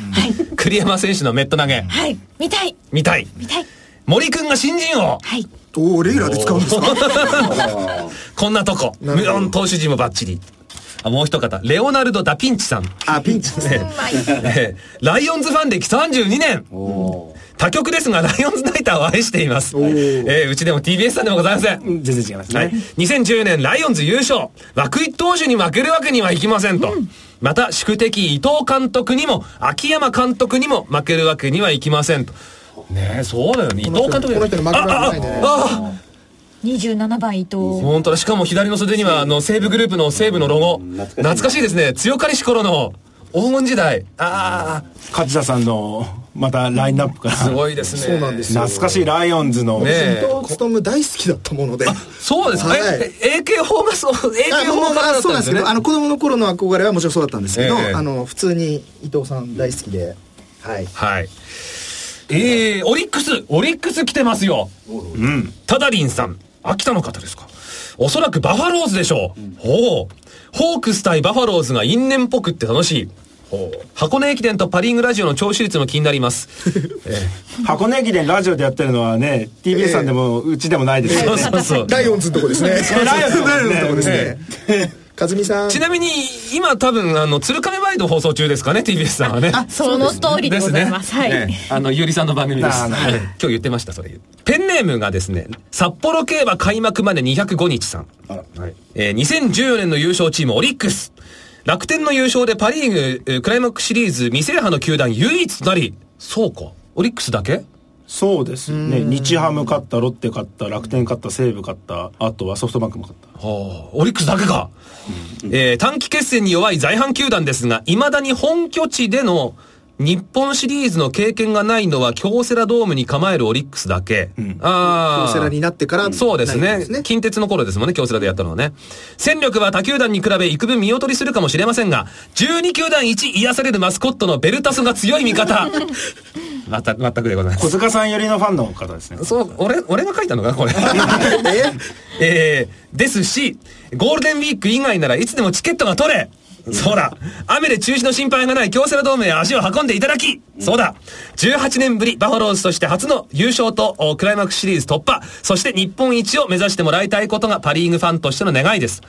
Speaker 2: 栗山選手のメット投げ、
Speaker 6: はい、見たい。
Speaker 2: 見たい。
Speaker 6: 見たい。
Speaker 2: 森くんが新人王。
Speaker 6: はい。
Speaker 5: おおレギュラーで使うんですか。
Speaker 2: <laughs> こんなとこ。無論投手陣もバッチリ。あ、もう一方。レオナルド・ダ・ピンチさん。
Speaker 5: あピンチですね。
Speaker 2: えーライオンズファン歴32年。他局ですが、ライオンズナイターを愛しています。えーうちでも TBS さんでもございません。
Speaker 4: 全然違います
Speaker 2: はい、
Speaker 4: ね。
Speaker 2: 2010年ライオンズ優勝涌井投手に負けるわけにはいきませんと、また宿敵伊藤監督にも秋山監督にも負けるわけにはいきませんとねえそうだよね伊藤監督
Speaker 5: この人に負けるわけないんだね
Speaker 2: ああああ
Speaker 6: 27番伊藤。
Speaker 2: 本当だ。しかも左の袖には、あの、西武グループの西武のロゴ。懐かしいですね。強かりし頃の黄金時代。あ
Speaker 4: 勝田さんの、またラインナップから。
Speaker 2: あ、すごいですね。
Speaker 5: そうなんですよ。
Speaker 4: 懐かしいライオンズの。
Speaker 2: ねえ
Speaker 5: 伊藤勤大好きだったもので。
Speaker 2: そうですか。
Speaker 5: はい
Speaker 2: え、え AK 法がそう、
Speaker 5: あ
Speaker 2: AK
Speaker 5: もう
Speaker 2: 法が
Speaker 5: あそうなんですけど、あの子供の頃の憧れはもちろんそうだったんですけど、
Speaker 2: ええ
Speaker 5: あの普通に伊藤さん大好きで、はい。
Speaker 2: はい。えー、オリックス、オリックス来てますよ。うん。タダリンさん、秋田の方ですか。おそらくバファローズでしょう。ほう。ホークス対バファローズが因縁っぽくって楽しい。ほう。箱根駅伝とパリングラジオの聴取率も気になり
Speaker 5: <laughs>
Speaker 2: ます。
Speaker 4: 箱根駅伝ラジオでやってるのはね、TBS さんでも、うちでもないです
Speaker 2: そ
Speaker 4: よ
Speaker 2: う
Speaker 4: ね。
Speaker 2: そうそう。
Speaker 5: ライオンズのとこですね。
Speaker 4: ライオンズ
Speaker 5: ライオンズのとこですね。和美さん。
Speaker 2: ちなみに、今多分、あの、鶴亀ワイド放送中ですかね、TBS さんはね。
Speaker 6: その通りでございます。は
Speaker 2: え
Speaker 6: い。
Speaker 2: えあの、ゆりさんの番組です。
Speaker 4: あー
Speaker 2: 今
Speaker 4: なるほど
Speaker 2: 日言ってました、それ。ペンネームがですね、札幌競馬開幕まで205日さん。はいえー2014年の優勝チームオリックス。楽天の優勝でパリーグえークライマックスシリーズ未制覇の球団唯一となり、そうか、オリックスだけ
Speaker 4: そうですね。日ハム勝った、ロッテ勝った、楽天勝った、西武勝った、あとはソフトバンクも勝った。
Speaker 2: はあ、オリックスだけか、えー短期決戦に弱い在阪球団ですが、未だに本拠地での日本シリーズの経験がないのは京セラドームに構えるオリックスだけ。ああ。
Speaker 5: 京セラになってから
Speaker 2: そうです
Speaker 5: ない
Speaker 2: ね
Speaker 5: んですね
Speaker 2: 近鉄の頃ですもんね、京セラでやったのはね。戦力は他球団に比べ幾分見劣りするかもしれませんが、12球団1癒されるマスコットのベルタスが強い味
Speaker 5: <laughs>
Speaker 2: 方。また、全くでございます。
Speaker 4: 小塚さん寄りのファンの方ですね。
Speaker 2: そう、俺、俺が書いたのかこれ。えー、ですし、ゴールデンウィーク以外ならいつでもチケットが取れそうだ雨で中止の心配がない京セラドームへ足を運んでいただき、そうだ !18 年ぶり、バファローズとして初の優勝とおクライマックスシリーズ突破、そして日本一を目指してもらいたいことがパリーグファンとしての願いです。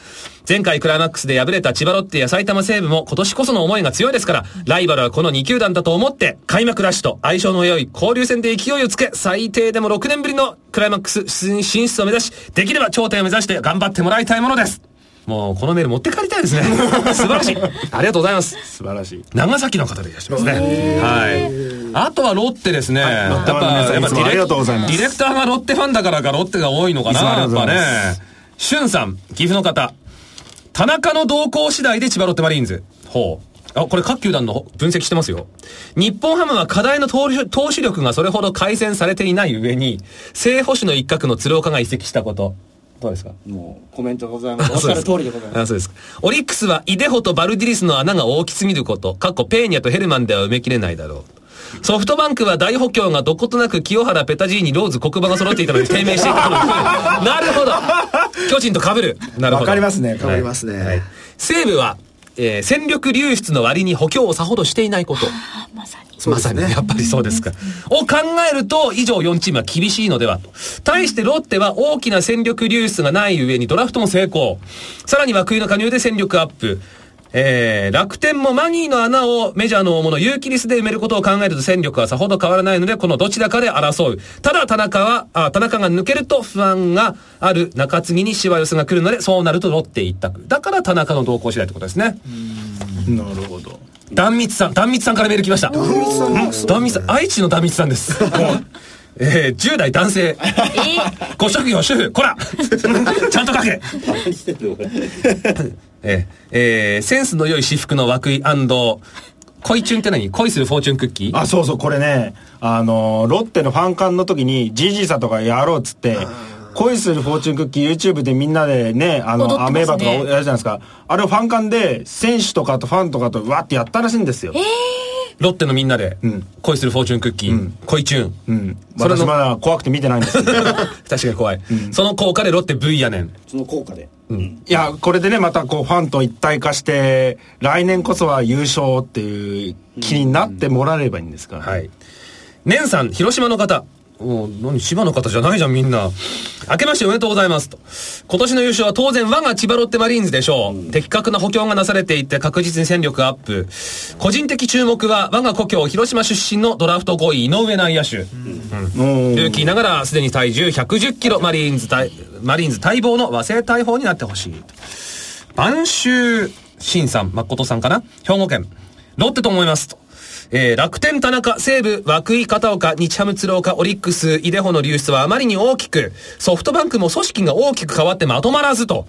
Speaker 2: 前回クライマックスで敗れた千葉ロッテや埼玉西武も今年こその思いが強いですから、ライバルはこの2球団だと思って、開幕ラッシュと相性の良い交流戦で勢いをつけ、最低でも6年ぶりのクライマックス進出を目指し、できれば頂点を目指して頑張ってもらいたいものです。もうこのメール持って帰りたいです
Speaker 4: <laughs>
Speaker 2: ね。素晴らしい。ありがとうございます。
Speaker 4: 素晴らしい。
Speaker 2: 長崎の方でいらっしゃいますね。はい。あとはロッテですね。やっぱ、
Speaker 4: ロッテファンの皆さん
Speaker 2: やっぱ
Speaker 4: いつもありがとうございます
Speaker 2: ディレクターがロッテファンだからかロッテが多いのかな、
Speaker 4: いつもあり
Speaker 2: やっ
Speaker 4: がとうご
Speaker 2: ぱ
Speaker 4: ざい
Speaker 2: ね
Speaker 4: ます。
Speaker 2: しゅんさん、岐阜の方。田中の動向次第で千葉ロッテマリーンズ。ほう。あ、これ各球団の分析してますよ。日本ハムは課題の投手投手力がそれほど改善されていない上に、正捕手の一角の鶴岡が移籍したこと。どうですか
Speaker 1: もうコメントございます。おっしゃる通りでございます。
Speaker 2: あそうですオリックスはイデホとバルディリスの穴が大きすぎること、過去ペーニャとヘルマンでは埋めきれないだろう。ソフトバンクは大補強がどことなく清原ペタジーニローズ黒馬が揃っていたのに低迷していた
Speaker 1: <laughs>
Speaker 2: なるほど巨人と被るなるほど
Speaker 4: わかりますね
Speaker 5: 被りますね
Speaker 2: 西武は、えー戦力流出の割に補強をさほどしていないこと
Speaker 6: あまさに
Speaker 5: そうですね
Speaker 2: まさにやっぱりそうですか。を考えると、以上4チームは厳しいのではと。対してロッテは大きな戦力流出がない上にドラフトも成功。さらに涌井の加入で戦力アップ。えー、楽天もマギーの穴をメジャーの大物ユーキリスで埋めることを考えると戦力はさほど変わらないので、このどちらかで争う。ただ田中は、あ、田中が抜けると不安がある中継ぎにしわ寄せが来るので、そうなるとロッテ一択。だから田中の動向次第ってことですね。
Speaker 4: なるほど。
Speaker 2: 壇蜜さん、壇蜜さんからメール来ました。壇蜜さん、壇蜜さん、愛知の壇蜜さん <laughs> です。えー、10代男性。ご職業主婦、こら <laughs> ちゃんと書け
Speaker 3: たまにしてる俺
Speaker 2: えー、えーセンスの良い私服の涌井恋チュンって何恋するフォーチュンクッキー
Speaker 4: あ、そうそう、これね、あの、ロッテのファン館の時に、ジジイさんとかやろうっつって、恋するフォーチュンクッキー YouTube でみんなでね、あの、
Speaker 6: 踊ってますね
Speaker 4: アメーバとかやるじゃないですか。あれをファン館で、選手とかとファンとかとわーってやったらしいんですよ。
Speaker 2: ロッテのみんなで、
Speaker 4: うん
Speaker 2: 恋するフォーチュンクッキー、恋チュン。
Speaker 4: うん。
Speaker 2: それの
Speaker 4: 私まだ怖くて見てないんですけど
Speaker 2: <laughs> 確かに怖い。その効果でロッテ V やねん。
Speaker 1: その効果で。
Speaker 4: いや、これでね、またこう、ファンと一体化して、来年こそは優勝っていう気になってもらえればいいんですから、ね。
Speaker 2: はい。年さん、広島の方。もう、何、千葉の方じゃないじゃん、みんな。明けましておめでとうございます。と。今年の優勝は当然我が千葉ロッテマリーンズでしょう。的確な補強がなされていて確実に戦力アップ。個人的注目は我が故郷広島出身のドラフト5位井上内野手。
Speaker 4: うん。
Speaker 2: ルーキーながらすでに体重110キロマリーンズ対、マリーンズ待望の和製大砲になってほしいと。晩秋新さん、誠さんかな兵庫県。ロッテと思いますと。えー、楽天田中、西武、涌井片岡、日ハム鶴岡、オリックス、イデホの流出はあまりに大きく、ソフトバンクも組織が大きく変わってまとまらずと。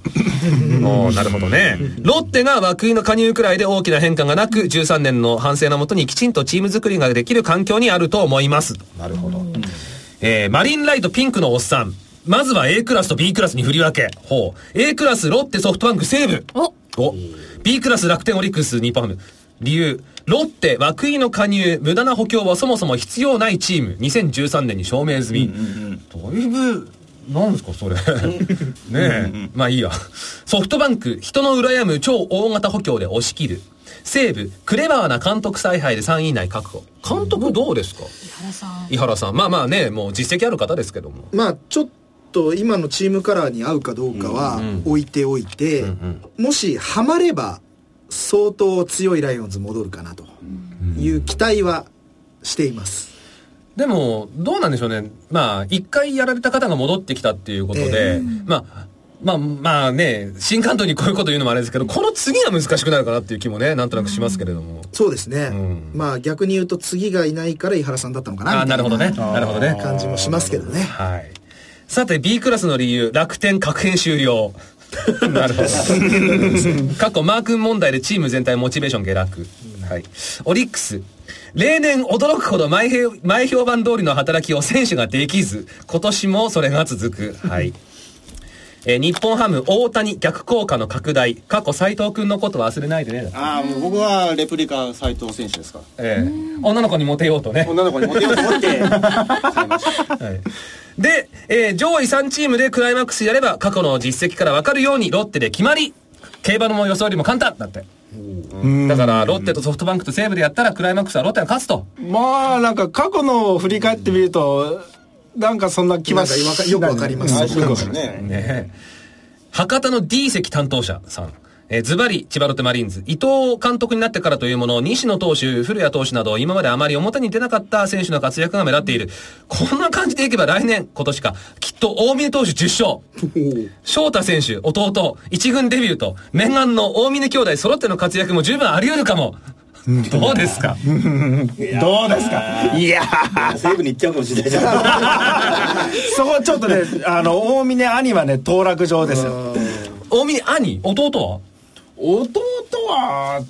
Speaker 2: おーなるほどね。ロッテが涌井の加入くらいで大きな変化がなく、13年の反省のもとにきちんとチーム作りができる環境にあると思います。なるほど。えーマリンライトピンクのおっさん。まずは A クラスと B クラスに振り分け。ほう。A クラス、ロッテ、ソフトバンク、西武。
Speaker 6: お
Speaker 2: お B クラス、楽天、オリックス、日本ハム。理由。ロッテ、涌井の加入、無駄な補強はそもそも必要ないチーム。2013年に証明済み。だいぶ、なんですか、それ。ねえ。まあいいや。ソフトバンク、人の羨む超大型補強で押し切る。西武、クレバーな監督采配で3位以内確保。監督どうですか、
Speaker 6: 原さん
Speaker 2: 井原さんまあまあねもう実績ある方ですけども
Speaker 5: まあちょっと今のチームカラーに合うかどうかは置いておいて、もしハマれば相当強いライオンズ戻るかなという期待はしています。
Speaker 2: でもどうなんでしょうねまあ一回やられた方が戻ってきたっていうことで、
Speaker 5: え
Speaker 2: まあまあまあね新監督にこういうこと言うのもあれですけどこの次が難しくなるかなっていう気もねなんとなくしますけれども、
Speaker 5: そうですね、
Speaker 2: うん
Speaker 5: まあ逆に言うと次がいないから井原さんだったのかな
Speaker 2: あ
Speaker 5: みた
Speaker 2: あ
Speaker 5: い
Speaker 2: なるほどね
Speaker 5: な
Speaker 2: なるほどね
Speaker 5: 感じもしますけどね。
Speaker 2: はいさて B クラスの理由楽天確変終了 <laughs> なるほど <laughs> 過去マー君問題でチーム全体モチベーション下落、はい、オリックス例年驚くほど前評前評判通りの働きを選手ができず今年もそれが続くはいえー日本ハム大谷逆効果の拡大過去斎藤君のこと忘れないでねだって
Speaker 1: ああ、もう僕はレプリカ斎藤選手ですから。
Speaker 2: ええ女の子にモテようとね
Speaker 1: 女の子にモテようと思って。
Speaker 2: はいで、えー上位3チームでクライマックスやれば過去の実績から分かるようにロッテで決まり競馬の予想よりも簡単だってうんだからロッテとソフトバンクと西武でやったらクライマックスはロッテが勝つと
Speaker 4: まあなんか過去のを振り返ってみるとなんかそんな気はし
Speaker 5: なんかよくわかります
Speaker 4: うん
Speaker 1: 最
Speaker 4: よ
Speaker 1: 初
Speaker 4: くわか
Speaker 1: なんで
Speaker 4: ります
Speaker 1: すよ
Speaker 2: ね
Speaker 1: ね。
Speaker 2: え博多の D 席担当者さん。えーズバリ、千葉ロッテマリーンズ。伊藤監督になってからというもの、西野投手、古谷投手など、今まであまり表に出なかった選手の活躍が目立っている。こんな感じでいけば来年、今年か、きっと大峰投手10勝。翔太選手、弟、一軍デビューと、念願の大峰兄弟揃っての活躍も十分あり得るかも。どうですか
Speaker 4: どうですかいや
Speaker 3: 西部に行っちゃうかもしれないじゃん
Speaker 4: そこはちょっとねあの大峰兄はね当落場ですよ
Speaker 2: 大峰兄、弟
Speaker 4: 弟は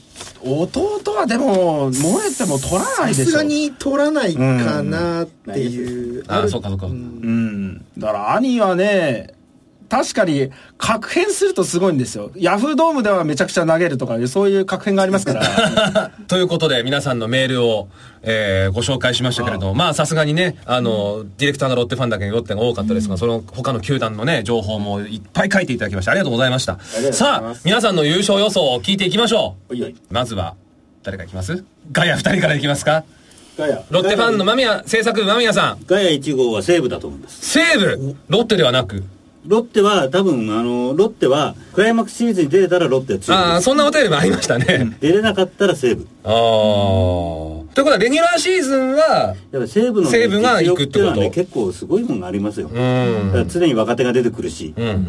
Speaker 4: 弟はでも燃えても取らないで
Speaker 5: さ
Speaker 4: しょ
Speaker 5: すがに取らないかなっていう、
Speaker 2: はあ、そうかそうか。
Speaker 4: うんだから兄はね確かに、確変するとすごいんですよ。ヤフードームではめちゃくちゃ投げるとかいう、そういう確変がありま
Speaker 2: <laughs>
Speaker 4: すから。
Speaker 2: ということで、皆さんのメールを、えーご紹介しましたけれども、まあ、さすがにね、あの、ディレクターがロッテファンだけにロッテが多かったですが、その他の球団のね、情報もいっぱい書いていただきまして、ありがとうございました。さあ、皆さんの優勝予想を聞いていきましょう。まずは、誰からいきますガヤ二人からいきますか
Speaker 3: ガヤ
Speaker 2: ロッテファンの間宮、制作部間宮さん、
Speaker 3: ガヤ1号は西武だと思うんです
Speaker 2: 西武、ロッテではなく、
Speaker 3: ロッテは多分あのロッテはクライマックスシリーズに出れたらロッテは強い
Speaker 2: ああ、
Speaker 3: です
Speaker 2: そんなお便りもありましたね。
Speaker 3: 出れなかったら西武
Speaker 2: ああ。ということは、レギュラーシーズンは、
Speaker 3: やっぱ西武のね
Speaker 2: 西武が行くってこと
Speaker 3: 実力いうのはね結構すごいものがありますよだから常に若手が出てくるし
Speaker 2: うんうんうん。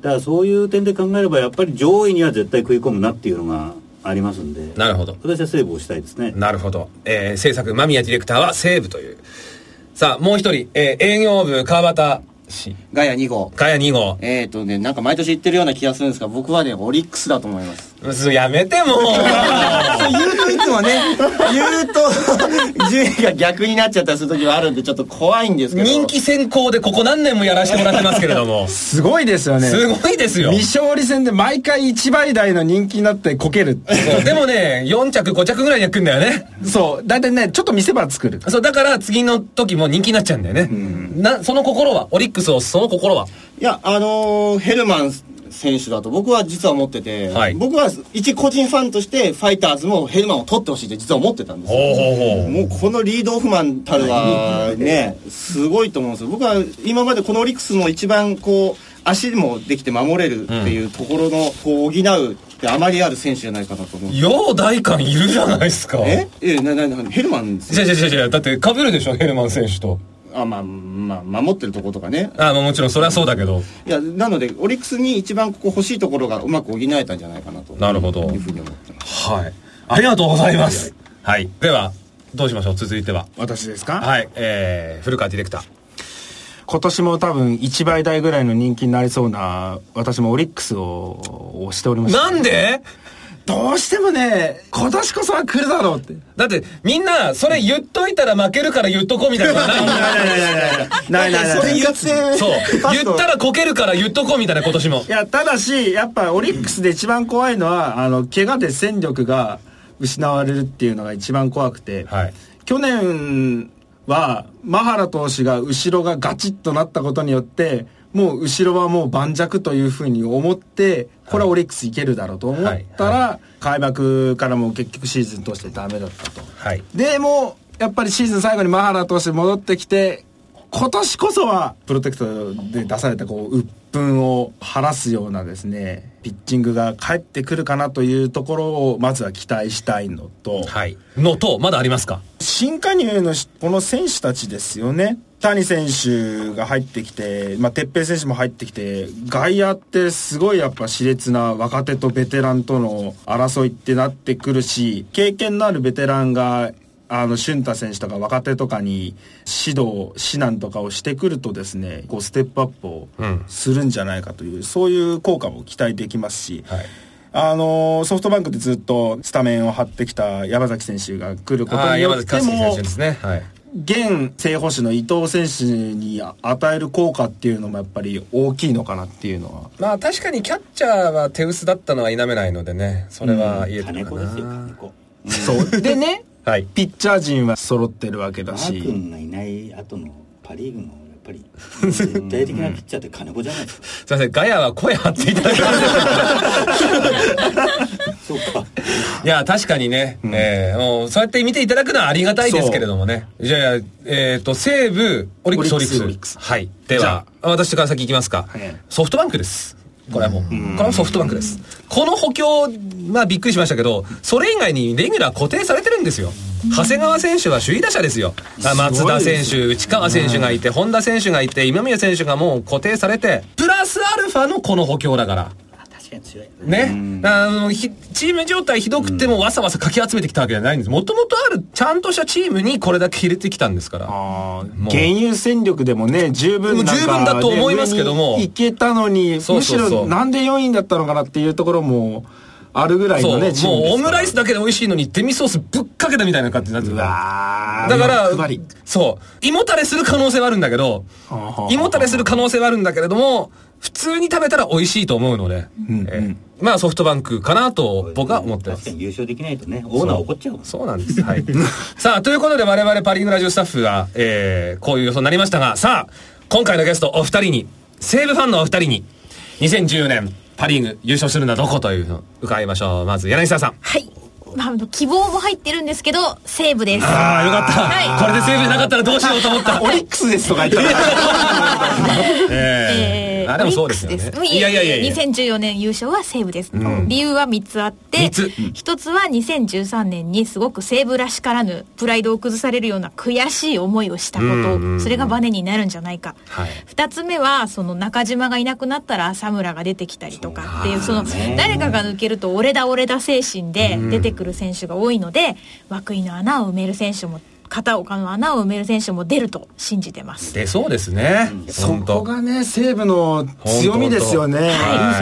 Speaker 3: だからそういう点で考えればやっぱり上位には絶対食い込むなっていうのがありますんで
Speaker 2: なるほど。
Speaker 3: 私は西武をしたいですね
Speaker 2: なるほど。えー、制作、間宮ディレクターは西部という。さあ、もう一人、えー、営業部、川端氏、
Speaker 1: ガヤ2号。
Speaker 2: ガヤ2号。
Speaker 1: えーとね、なんか毎年言ってるような気がするんですが、僕はね、オリックスだと思います。
Speaker 2: 嘘やめても <laughs> う
Speaker 1: 言うといつもね、言うと、順位が逆になっちゃったりする時はあるんで、ちょっと怖いんですけど。
Speaker 2: 人気先行でここ何年もやらせてもらってますけれど <laughs> も。す
Speaker 4: すごいですよね。
Speaker 2: ごいですよ。
Speaker 4: 未勝利戦で毎回一倍台の人気になってこける。
Speaker 2: そうでもね、4着、5着ぐらいには来るんだよね。
Speaker 4: そう。だいたいね、ちょっと見せ場作る。
Speaker 2: そう、だから次の時も人気になっちゃうんだよね。な、その心は、オリックスをその心は。
Speaker 1: いや、あのーヘルマン選手だと僕は実は思ってて、
Speaker 2: はい
Speaker 1: 僕は一個人ファンとしてファイターズもヘルマンを取ってほしいって実は思ってたんですよ。
Speaker 2: ほうほ
Speaker 1: もうこのリードオフマンたるはね、すごいと思うんですよ。僕は今までこのオリックスの一番こう、足もできて守れるっていうところの、こう補うってあまりある選手じゃないかなと思う。
Speaker 2: よう大官いるじゃないですか。
Speaker 1: ええ、な、な、な、ヘルマン選
Speaker 2: 違う違う違う違う。だって被るでしょ、ヘルマン選手と。
Speaker 1: 手あ、まあ、まあ、守ってるところとかね。
Speaker 2: あまあもちろん、それはそうだけど。
Speaker 1: いや、なので、オリックスに一番ここ欲しいところがうまく補えたんじゃないかなと。
Speaker 2: なるほど
Speaker 1: いうふうに思ってます。
Speaker 2: はい。ありがとうございます。はい。では、どうしましょう続いては。
Speaker 4: 私ですか
Speaker 2: はい。えー、古川ディレクター。
Speaker 4: 今年も多分1倍台ぐらいの人気になりそうな私もオリックスを推しておりました
Speaker 2: なんで
Speaker 4: どうしてもね今年こそは来るだろうって
Speaker 2: だって、みんな、それ言っといたら負けるから言っとこうみたいなのがない。
Speaker 5: <laughs>
Speaker 1: <laughs>
Speaker 4: ないないないない
Speaker 1: 言って
Speaker 2: そう。言ったらこけるから言っとこうみたいな今年も
Speaker 4: い。やただしやっぱオリックスで一番怖いのはあの怪我で戦力が失われるっていうのが一番怖くて、
Speaker 2: はい
Speaker 4: 去年はマハラ投手が後ろがガチッとなったことによってもう後ろはもう盤石というふうに思ってこれはオリックスいけるだろうと思ったら、
Speaker 2: はい
Speaker 4: 開幕からもう結局シーズン通してダメだったと
Speaker 2: はい。
Speaker 4: でもやっぱりシーズン最後にマハラ投手戻ってきて今年こそはプロテクトで出されたこう鬱憤を晴らすようなですねピッチングが返ってくるかなというところをまずは期待したいのと、
Speaker 2: はい。のと、まだありますか
Speaker 4: 新加入のしこの選手たちですよね谷選手が入ってきて、まあ、哲平選手も入ってきて外野ってすごいやっぱ熾烈な若手とベテランとの争いってなってくるし経験のあるベテランがあの俊太選手とか若手とかに指導指南とかをしてくるとですねこうステップアップを
Speaker 2: ん
Speaker 4: するんじゃないかという、そういう効果も期待できますし、
Speaker 2: はい
Speaker 4: あのソフトバンクでずっとスタメンを張ってきた山崎選手が来ること
Speaker 2: はい。
Speaker 4: によ
Speaker 2: 山
Speaker 4: っ
Speaker 2: 崎
Speaker 4: て
Speaker 2: 勝
Speaker 4: も
Speaker 2: 選手ですね。はい。
Speaker 4: 現正捕手の伊藤選手に与える効果っていうのもやっぱり大きいのかなっていうのは
Speaker 2: まあ確かにキャッチャーは手薄だったのは否めないのでね。それは言えたか
Speaker 3: 金子ですよ金
Speaker 2: な。
Speaker 3: 子
Speaker 4: そうでね
Speaker 2: はい。
Speaker 4: ピッチャー陣は揃ってるわけ
Speaker 3: マ
Speaker 4: だ
Speaker 3: ー
Speaker 4: し
Speaker 3: 君がいない後のパ・リーグのやっ
Speaker 2: <laughs>
Speaker 3: ぱり絶対的なピッチャーって金子じゃないですか
Speaker 2: <laughs> すいません、ガヤは声張っていただきました。
Speaker 3: そうか
Speaker 2: <laughs> いや、確かにね、えーもう、そうやって見ていただくのはありがたいですけれどもね。じゃあ、えっ、と、西武、オリックス、オ
Speaker 4: オ
Speaker 2: リ
Speaker 4: リ
Speaker 2: ッ
Speaker 4: ッ
Speaker 2: ク
Speaker 4: ク
Speaker 2: ス。
Speaker 4: ス
Speaker 2: はい。では、私から先行きますか。ソフトバンクです。これはもう、これはソフトバンクです。この補強、まあびっくりしましたけど、それ以外にレギュラー固定されてるんですよ。長谷川選手は首位打者ですよ。あ松田選手、内川選手がいて、本田選手がいて、今宮選手がもう固定されて、プラスアルファのこの補強だから。
Speaker 3: 確かに強い
Speaker 2: ね、あのひチーム状態ひどくてもわさわさかき集めてきたわけじゃないんですもともとあるちゃんとしたチームにこれだけ入れてきたんですから
Speaker 4: あー
Speaker 2: もう
Speaker 4: 現有戦力でもね十分なんか
Speaker 2: 十分だと思いますけども
Speaker 4: ね上にいけたのに
Speaker 2: そうそうそう
Speaker 4: むしろなんで4位だったのかなっていうところもあるぐらい
Speaker 2: そ
Speaker 4: の
Speaker 2: う、
Speaker 4: ね、チーム
Speaker 2: も
Speaker 4: です
Speaker 2: うオムライ
Speaker 4: ス
Speaker 2: スだけで美味しいのにデミソースぶっかけたみたいな感じになってる
Speaker 4: うわー
Speaker 2: だから
Speaker 4: 欲張り、
Speaker 2: そう、胃もたれする可能性はあるんだけど
Speaker 4: はあはあは、あ
Speaker 2: 胃もたれする可能性はあるんだけれども、普通に食べたら美味しいと思うので、えーまあソフトバンクかなと僕は思ってま
Speaker 3: 確か
Speaker 2: す。
Speaker 3: に優勝できないとね、オーナー怒っちゃうもん。
Speaker 2: そうなんです。
Speaker 4: <laughs>
Speaker 2: はい。さあ、ということで我々パリングラジオスタッフが、えーこういう予想になりましたが、さあ、今回のゲストお二人に、西武ファンのお二人に、2010年パリーグ優勝するのはどこというのを伺いましょう。まず柳沢さん。
Speaker 6: はい。まああの、希望も入ってるんですけど、西武です。
Speaker 2: ああ、よかった。
Speaker 6: はい
Speaker 2: これで西武なかったらどうしようと思った。
Speaker 4: <laughs> オリックスですとか言ったら
Speaker 2: <laughs> ええあ、でもそうですよ
Speaker 6: オリッ
Speaker 2: ね
Speaker 6: クス。です
Speaker 2: いやいやいやいや。
Speaker 6: 2014年優勝は西武です。理由は3つあって、
Speaker 2: 三つ
Speaker 6: 1つは2013年にすごく西武らしからぬプライドを崩されるような悔しい思いをしたこと、
Speaker 2: うんうんうん
Speaker 6: それがバネになるんじゃないか。
Speaker 2: はい
Speaker 6: 2つ目は、その中島がいなくなったら浅村が出てきたりとかっていう、その誰かが抜けると俺だ俺だ精神で出てくる選手が多いので、涌井の穴を埋める選手も、片岡の穴を埋める選手も出ると信じてます。
Speaker 2: 出そうですね。
Speaker 4: そこがね、西武の強みですよね。
Speaker 2: はい
Speaker 3: 人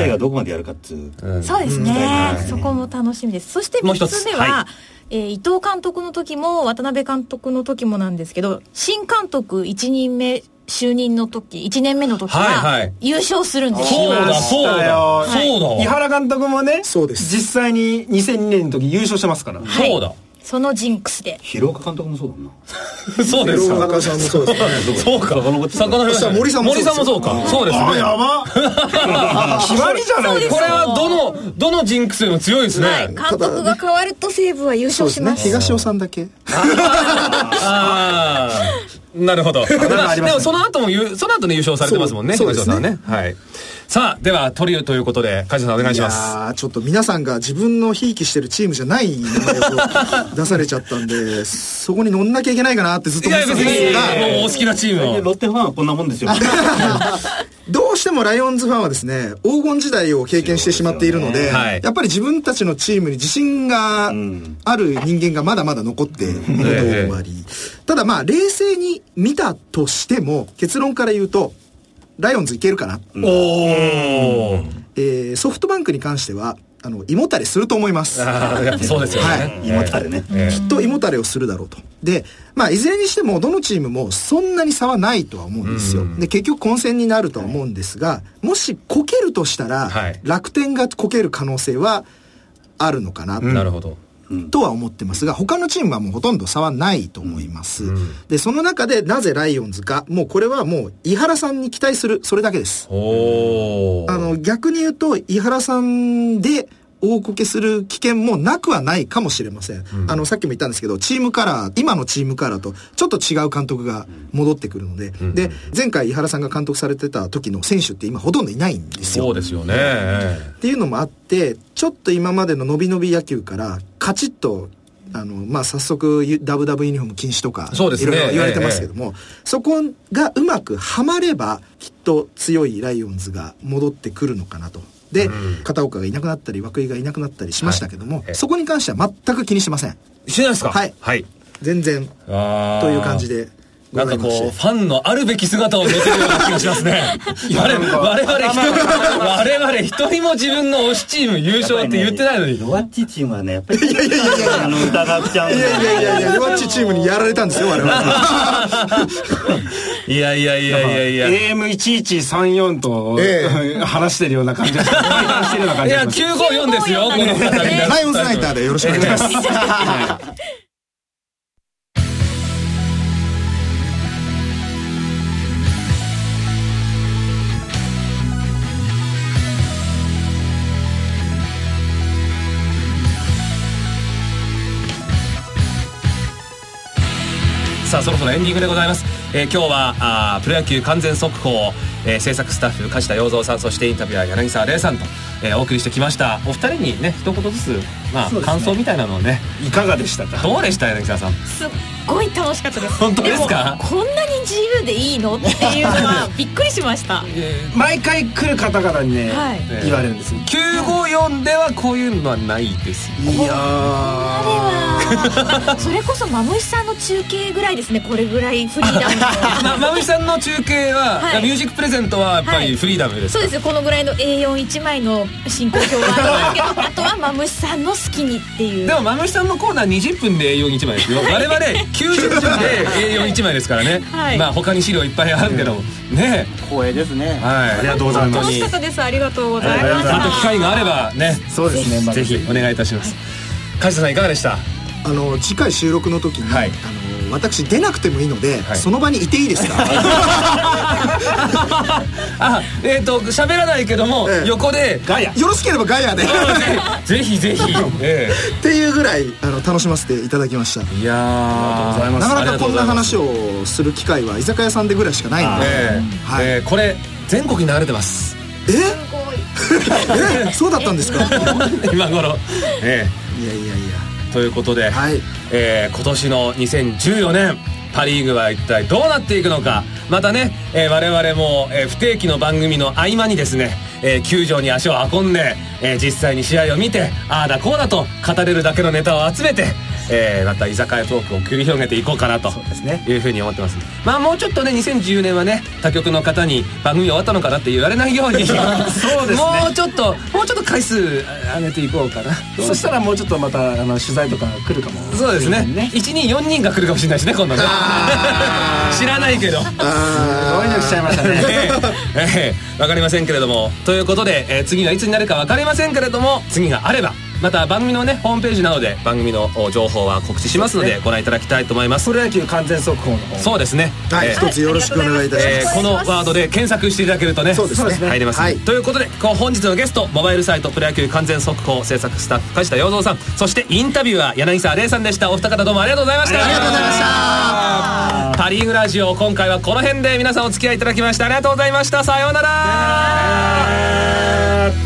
Speaker 3: 生がどこまでやるかっつう。
Speaker 2: 本当。
Speaker 6: そうですね、そこも楽しみです。そして
Speaker 2: もう一
Speaker 6: 3
Speaker 2: つ
Speaker 6: つ目
Speaker 2: は
Speaker 6: は、えー伊藤監督の時も渡辺監督の時もなんですけど、新監督1人目就任の時、1年目の時
Speaker 2: はいは
Speaker 6: はい優勝するんです
Speaker 2: そうだ、
Speaker 4: 来まし
Speaker 2: そう
Speaker 4: たよ
Speaker 2: だ、そうだ
Speaker 4: 井
Speaker 2: わ。
Speaker 4: 原監督もね、
Speaker 5: そうです
Speaker 4: 実際に2002年の時優勝してますから。
Speaker 6: はい
Speaker 2: そうだ。
Speaker 6: そのジンクスで。
Speaker 3: 広岡監督もそうだもんな。
Speaker 2: そうです
Speaker 5: 弘
Speaker 2: か。
Speaker 5: 中さんもそうですね
Speaker 2: そうか。魚の
Speaker 5: そしたら森さんもそう
Speaker 2: 森
Speaker 5: ですよ
Speaker 2: さんもそうか。そうですね。
Speaker 4: あーやば決まりじゃないです
Speaker 2: こ
Speaker 4: か。
Speaker 2: れはどの、どのジンクスよりも強いですね。
Speaker 6: はい、監督が変わると西武は優
Speaker 5: そう
Speaker 6: 勝
Speaker 5: で
Speaker 6: し
Speaker 5: す
Speaker 6: ま
Speaker 5: ね
Speaker 6: す。
Speaker 5: 東尾さんだけ
Speaker 2: ああ、なるほど。まあでもその後もゆ、その後ね優勝されてますもんね、
Speaker 5: そう
Speaker 2: 東野さんはね。はい。さあ、では、トリオということで、梶野さんお願いします。
Speaker 5: やーちょっと皆さんが自分のひいきしてるチームじゃない名前を出されちゃったんでそこに乗んなきゃいけないかなってずっと
Speaker 2: い
Speaker 5: 思っ
Speaker 2: や、
Speaker 5: てたん
Speaker 2: 別
Speaker 5: です
Speaker 2: に、
Speaker 5: が
Speaker 2: もうお好きなチームを。
Speaker 3: ロッテファンはこんなもんですよ。
Speaker 5: どうしてもライオンズファンはですね黄金時代を経験してしまっているので
Speaker 2: そうですよねはい
Speaker 5: やっぱり自分たちのチームに自信が
Speaker 3: ん
Speaker 5: ある人間がまだまだ残っていることもありただまあ冷静に見たとしても結論から言うとライオンズいけるかな、
Speaker 2: おお。
Speaker 5: えーソフトバンクに関してはあの胃もたれすると思います
Speaker 2: ああ、やっぱそうですよね。
Speaker 5: はい
Speaker 3: 今たれね。
Speaker 2: え
Speaker 5: きっと胃もたれをするだろうと。で、まあ、いずれにしても、どのチームもそんなに差はないとは思うんですよ。で、結局混戦になるとは思うんですが、もしこけるとしたら、
Speaker 2: はい
Speaker 5: 楽天がこける可能性はあるのかなと。
Speaker 2: えなるほど。
Speaker 5: とは思ってますが、他のチームはもうほとんど差はないと思います。で、その中でなぜライオンズか、もうこれはもう、井原さんに期待する、それだけです。
Speaker 2: おお。
Speaker 5: あの、逆に言うと、井原さんで大こけする危険もなくはないかもしれません。あの、さっきも言ったんですけど、チームカラー、今のチームカラーとちょっと違う監督が戻ってくるので、で、前回井原さんが監督されてた時の選手って今ほとんどいないんです
Speaker 2: そ
Speaker 5: よ
Speaker 2: う。ですよね。え
Speaker 5: っていうのもあって、ちょっと今までの伸び伸び野球から、カチッと、あの、まあ、早速、ゆダブダブユニフォーム禁止とか、
Speaker 2: そうですね
Speaker 5: いろいろ言われてますけども、そこがうまくはまれば、きっと強いライオンズが戻ってくるのかなと。で、片岡がいなくなったり、涌井がいなくなったりしましたけども、
Speaker 2: はい
Speaker 5: そこに関しては全く気にしてません。
Speaker 2: えしてないですか
Speaker 5: はい
Speaker 2: はい。
Speaker 5: 全然、
Speaker 2: あー
Speaker 5: という感じ。で
Speaker 2: な
Speaker 5: ご
Speaker 2: ん
Speaker 5: ざ
Speaker 2: かこ
Speaker 5: いま
Speaker 2: う、
Speaker 5: し
Speaker 2: フ
Speaker 5: て。
Speaker 2: ァンのあるべき姿を見てるような気がしますね。我々、我々一人、我々一人も自分の推しチーム優勝って言ってないのに。
Speaker 3: ロアッチチームはね、やっぱり。いやいやいやいや。あの、疑っちゃうん
Speaker 5: い
Speaker 3: だよ
Speaker 5: やいやいやいや、弱っちチームにやられたんですよ、我々は。
Speaker 2: いやいやいやいやいや。
Speaker 4: AM1134 と、
Speaker 5: え
Speaker 4: 話してるような感じがして、対談してるような感
Speaker 2: い
Speaker 4: じが
Speaker 2: や、
Speaker 4: します。
Speaker 2: 954ですよ、この方々
Speaker 5: ライオン <laughs> ズナイターでよろしくお願いします。
Speaker 2: さあ、そろそろエンディングでございます。えー今日は、あープロ野球完全速報、えー制作スタッフ、梶田洋三さん、そしてインタビュアー、柳沢玲さんと、えーお送りしてきました。お二人にね、一言ずつ、まあ、
Speaker 3: そうですね
Speaker 2: 感想みたいなのをね、
Speaker 4: いかがでしたか
Speaker 2: どうでした、柳沢さん。
Speaker 6: すっごい楽しかったです。
Speaker 2: 本当ですか
Speaker 6: でもこんなに自由でいいのっていうのはびっくりしました。
Speaker 4: 毎回来る方々にね、
Speaker 6: はい
Speaker 4: 言われるんですよ。
Speaker 2: 954ではこういうのはないですよ。
Speaker 5: いやー。
Speaker 6: あーそれこそマムシさんの中継ぐらいですねこれぐらいフリーダムの
Speaker 2: ま、まぶしさんの中継は、
Speaker 6: はい
Speaker 2: ミュージックプレゼントはやっぱ
Speaker 6: はい
Speaker 2: りフリーダムです
Speaker 6: そう
Speaker 2: か、
Speaker 6: ですこのぐらいの A41 枚の進行表はあるんですけどあとはマムシさんの好きにっていう
Speaker 2: でもまぶしさんのコーナー20分で A41 枚ですよ我々90分で A41 枚ですからね、
Speaker 6: はい
Speaker 2: まあ他に資料いっぱいあるけども、ね
Speaker 1: 光栄ですね
Speaker 2: はい
Speaker 4: ありがとうございま
Speaker 6: 楽
Speaker 4: す
Speaker 6: しかったですありがとうございまし
Speaker 2: また機
Speaker 6: た
Speaker 2: 会があればね
Speaker 4: そうですねまた
Speaker 2: ぜひお願いいたします梶田さんいかがでした
Speaker 5: あの次回収録の時に、
Speaker 2: はい
Speaker 5: あの私出なくてもいいので、
Speaker 2: はい
Speaker 5: その場にいていいですか
Speaker 2: <laughs> あえっ、と喋らないけども、
Speaker 5: ええ
Speaker 2: 横で
Speaker 4: ガヤ
Speaker 5: よろしければガヤでっ
Speaker 2: ぜひぜひ、え
Speaker 5: ていうぐらいあの楽しませていただきました
Speaker 2: えいやーありがとうございま
Speaker 5: なかなかこんな
Speaker 2: す
Speaker 5: 話をする機会は居酒屋さんでぐらいしかないので
Speaker 2: ええ
Speaker 5: はい
Speaker 2: ええこれ全国に流れてます
Speaker 5: <laughs> ええそうだったんです
Speaker 2: <laughs>
Speaker 5: かいや
Speaker 2: 今頃、え
Speaker 5: いやいや
Speaker 2: えということで、
Speaker 5: はい
Speaker 2: えー今年の2014年パ・リーグは一体どうなっていくのかまたね、えー我々も、えー不定期の番組の合間にですね、えー球場に足を運んで、えー実際に試合を見てああだこうだと語れるだけのネタを集めて、えーまた居酒屋トークを繰り広げていこうかなと
Speaker 4: ですね
Speaker 2: いうふうに思ってますまあもうちょっとね2014年はね他局の方に番組終わったのかなって言われないように <laughs> そうです、ね、もうちょっともうちょっと回数あ上げていこうかな
Speaker 4: そしたらもうちょっとまたあの取材とか来るかも
Speaker 2: そうですね一人四人が来るかもしれないしね今度ね <laughs> 知らないけど
Speaker 4: ごいの来ちゃいました
Speaker 2: え
Speaker 4: ね
Speaker 2: えええわかりませんけれどもということで、えー次はいつになるかわかりませんけれども次があればまた番組のねホームページなどで番組のお情報は告知しますのでご覧いただきたいと思います
Speaker 4: プロ野球完全速報の方
Speaker 2: そうですね、
Speaker 5: はい
Speaker 2: ええ
Speaker 5: 一つよろしくお願いいたし
Speaker 2: え
Speaker 5: ま
Speaker 2: ーこ
Speaker 5: す
Speaker 2: のワードで検索していただけるとね
Speaker 5: そうですね
Speaker 2: 入れます、
Speaker 5: はい
Speaker 2: ということでこう本日のゲストモバイルサイトプロ野球完全速報制作スタッフ梶田洋三さんそしてインタビュアー柳沢礼さんでしたお二方どうもありがとうございましたありがとうございましたパ・リーグラジオ今回はこの辺で皆さんお付き合いいただきましてありがとうございましたさようなら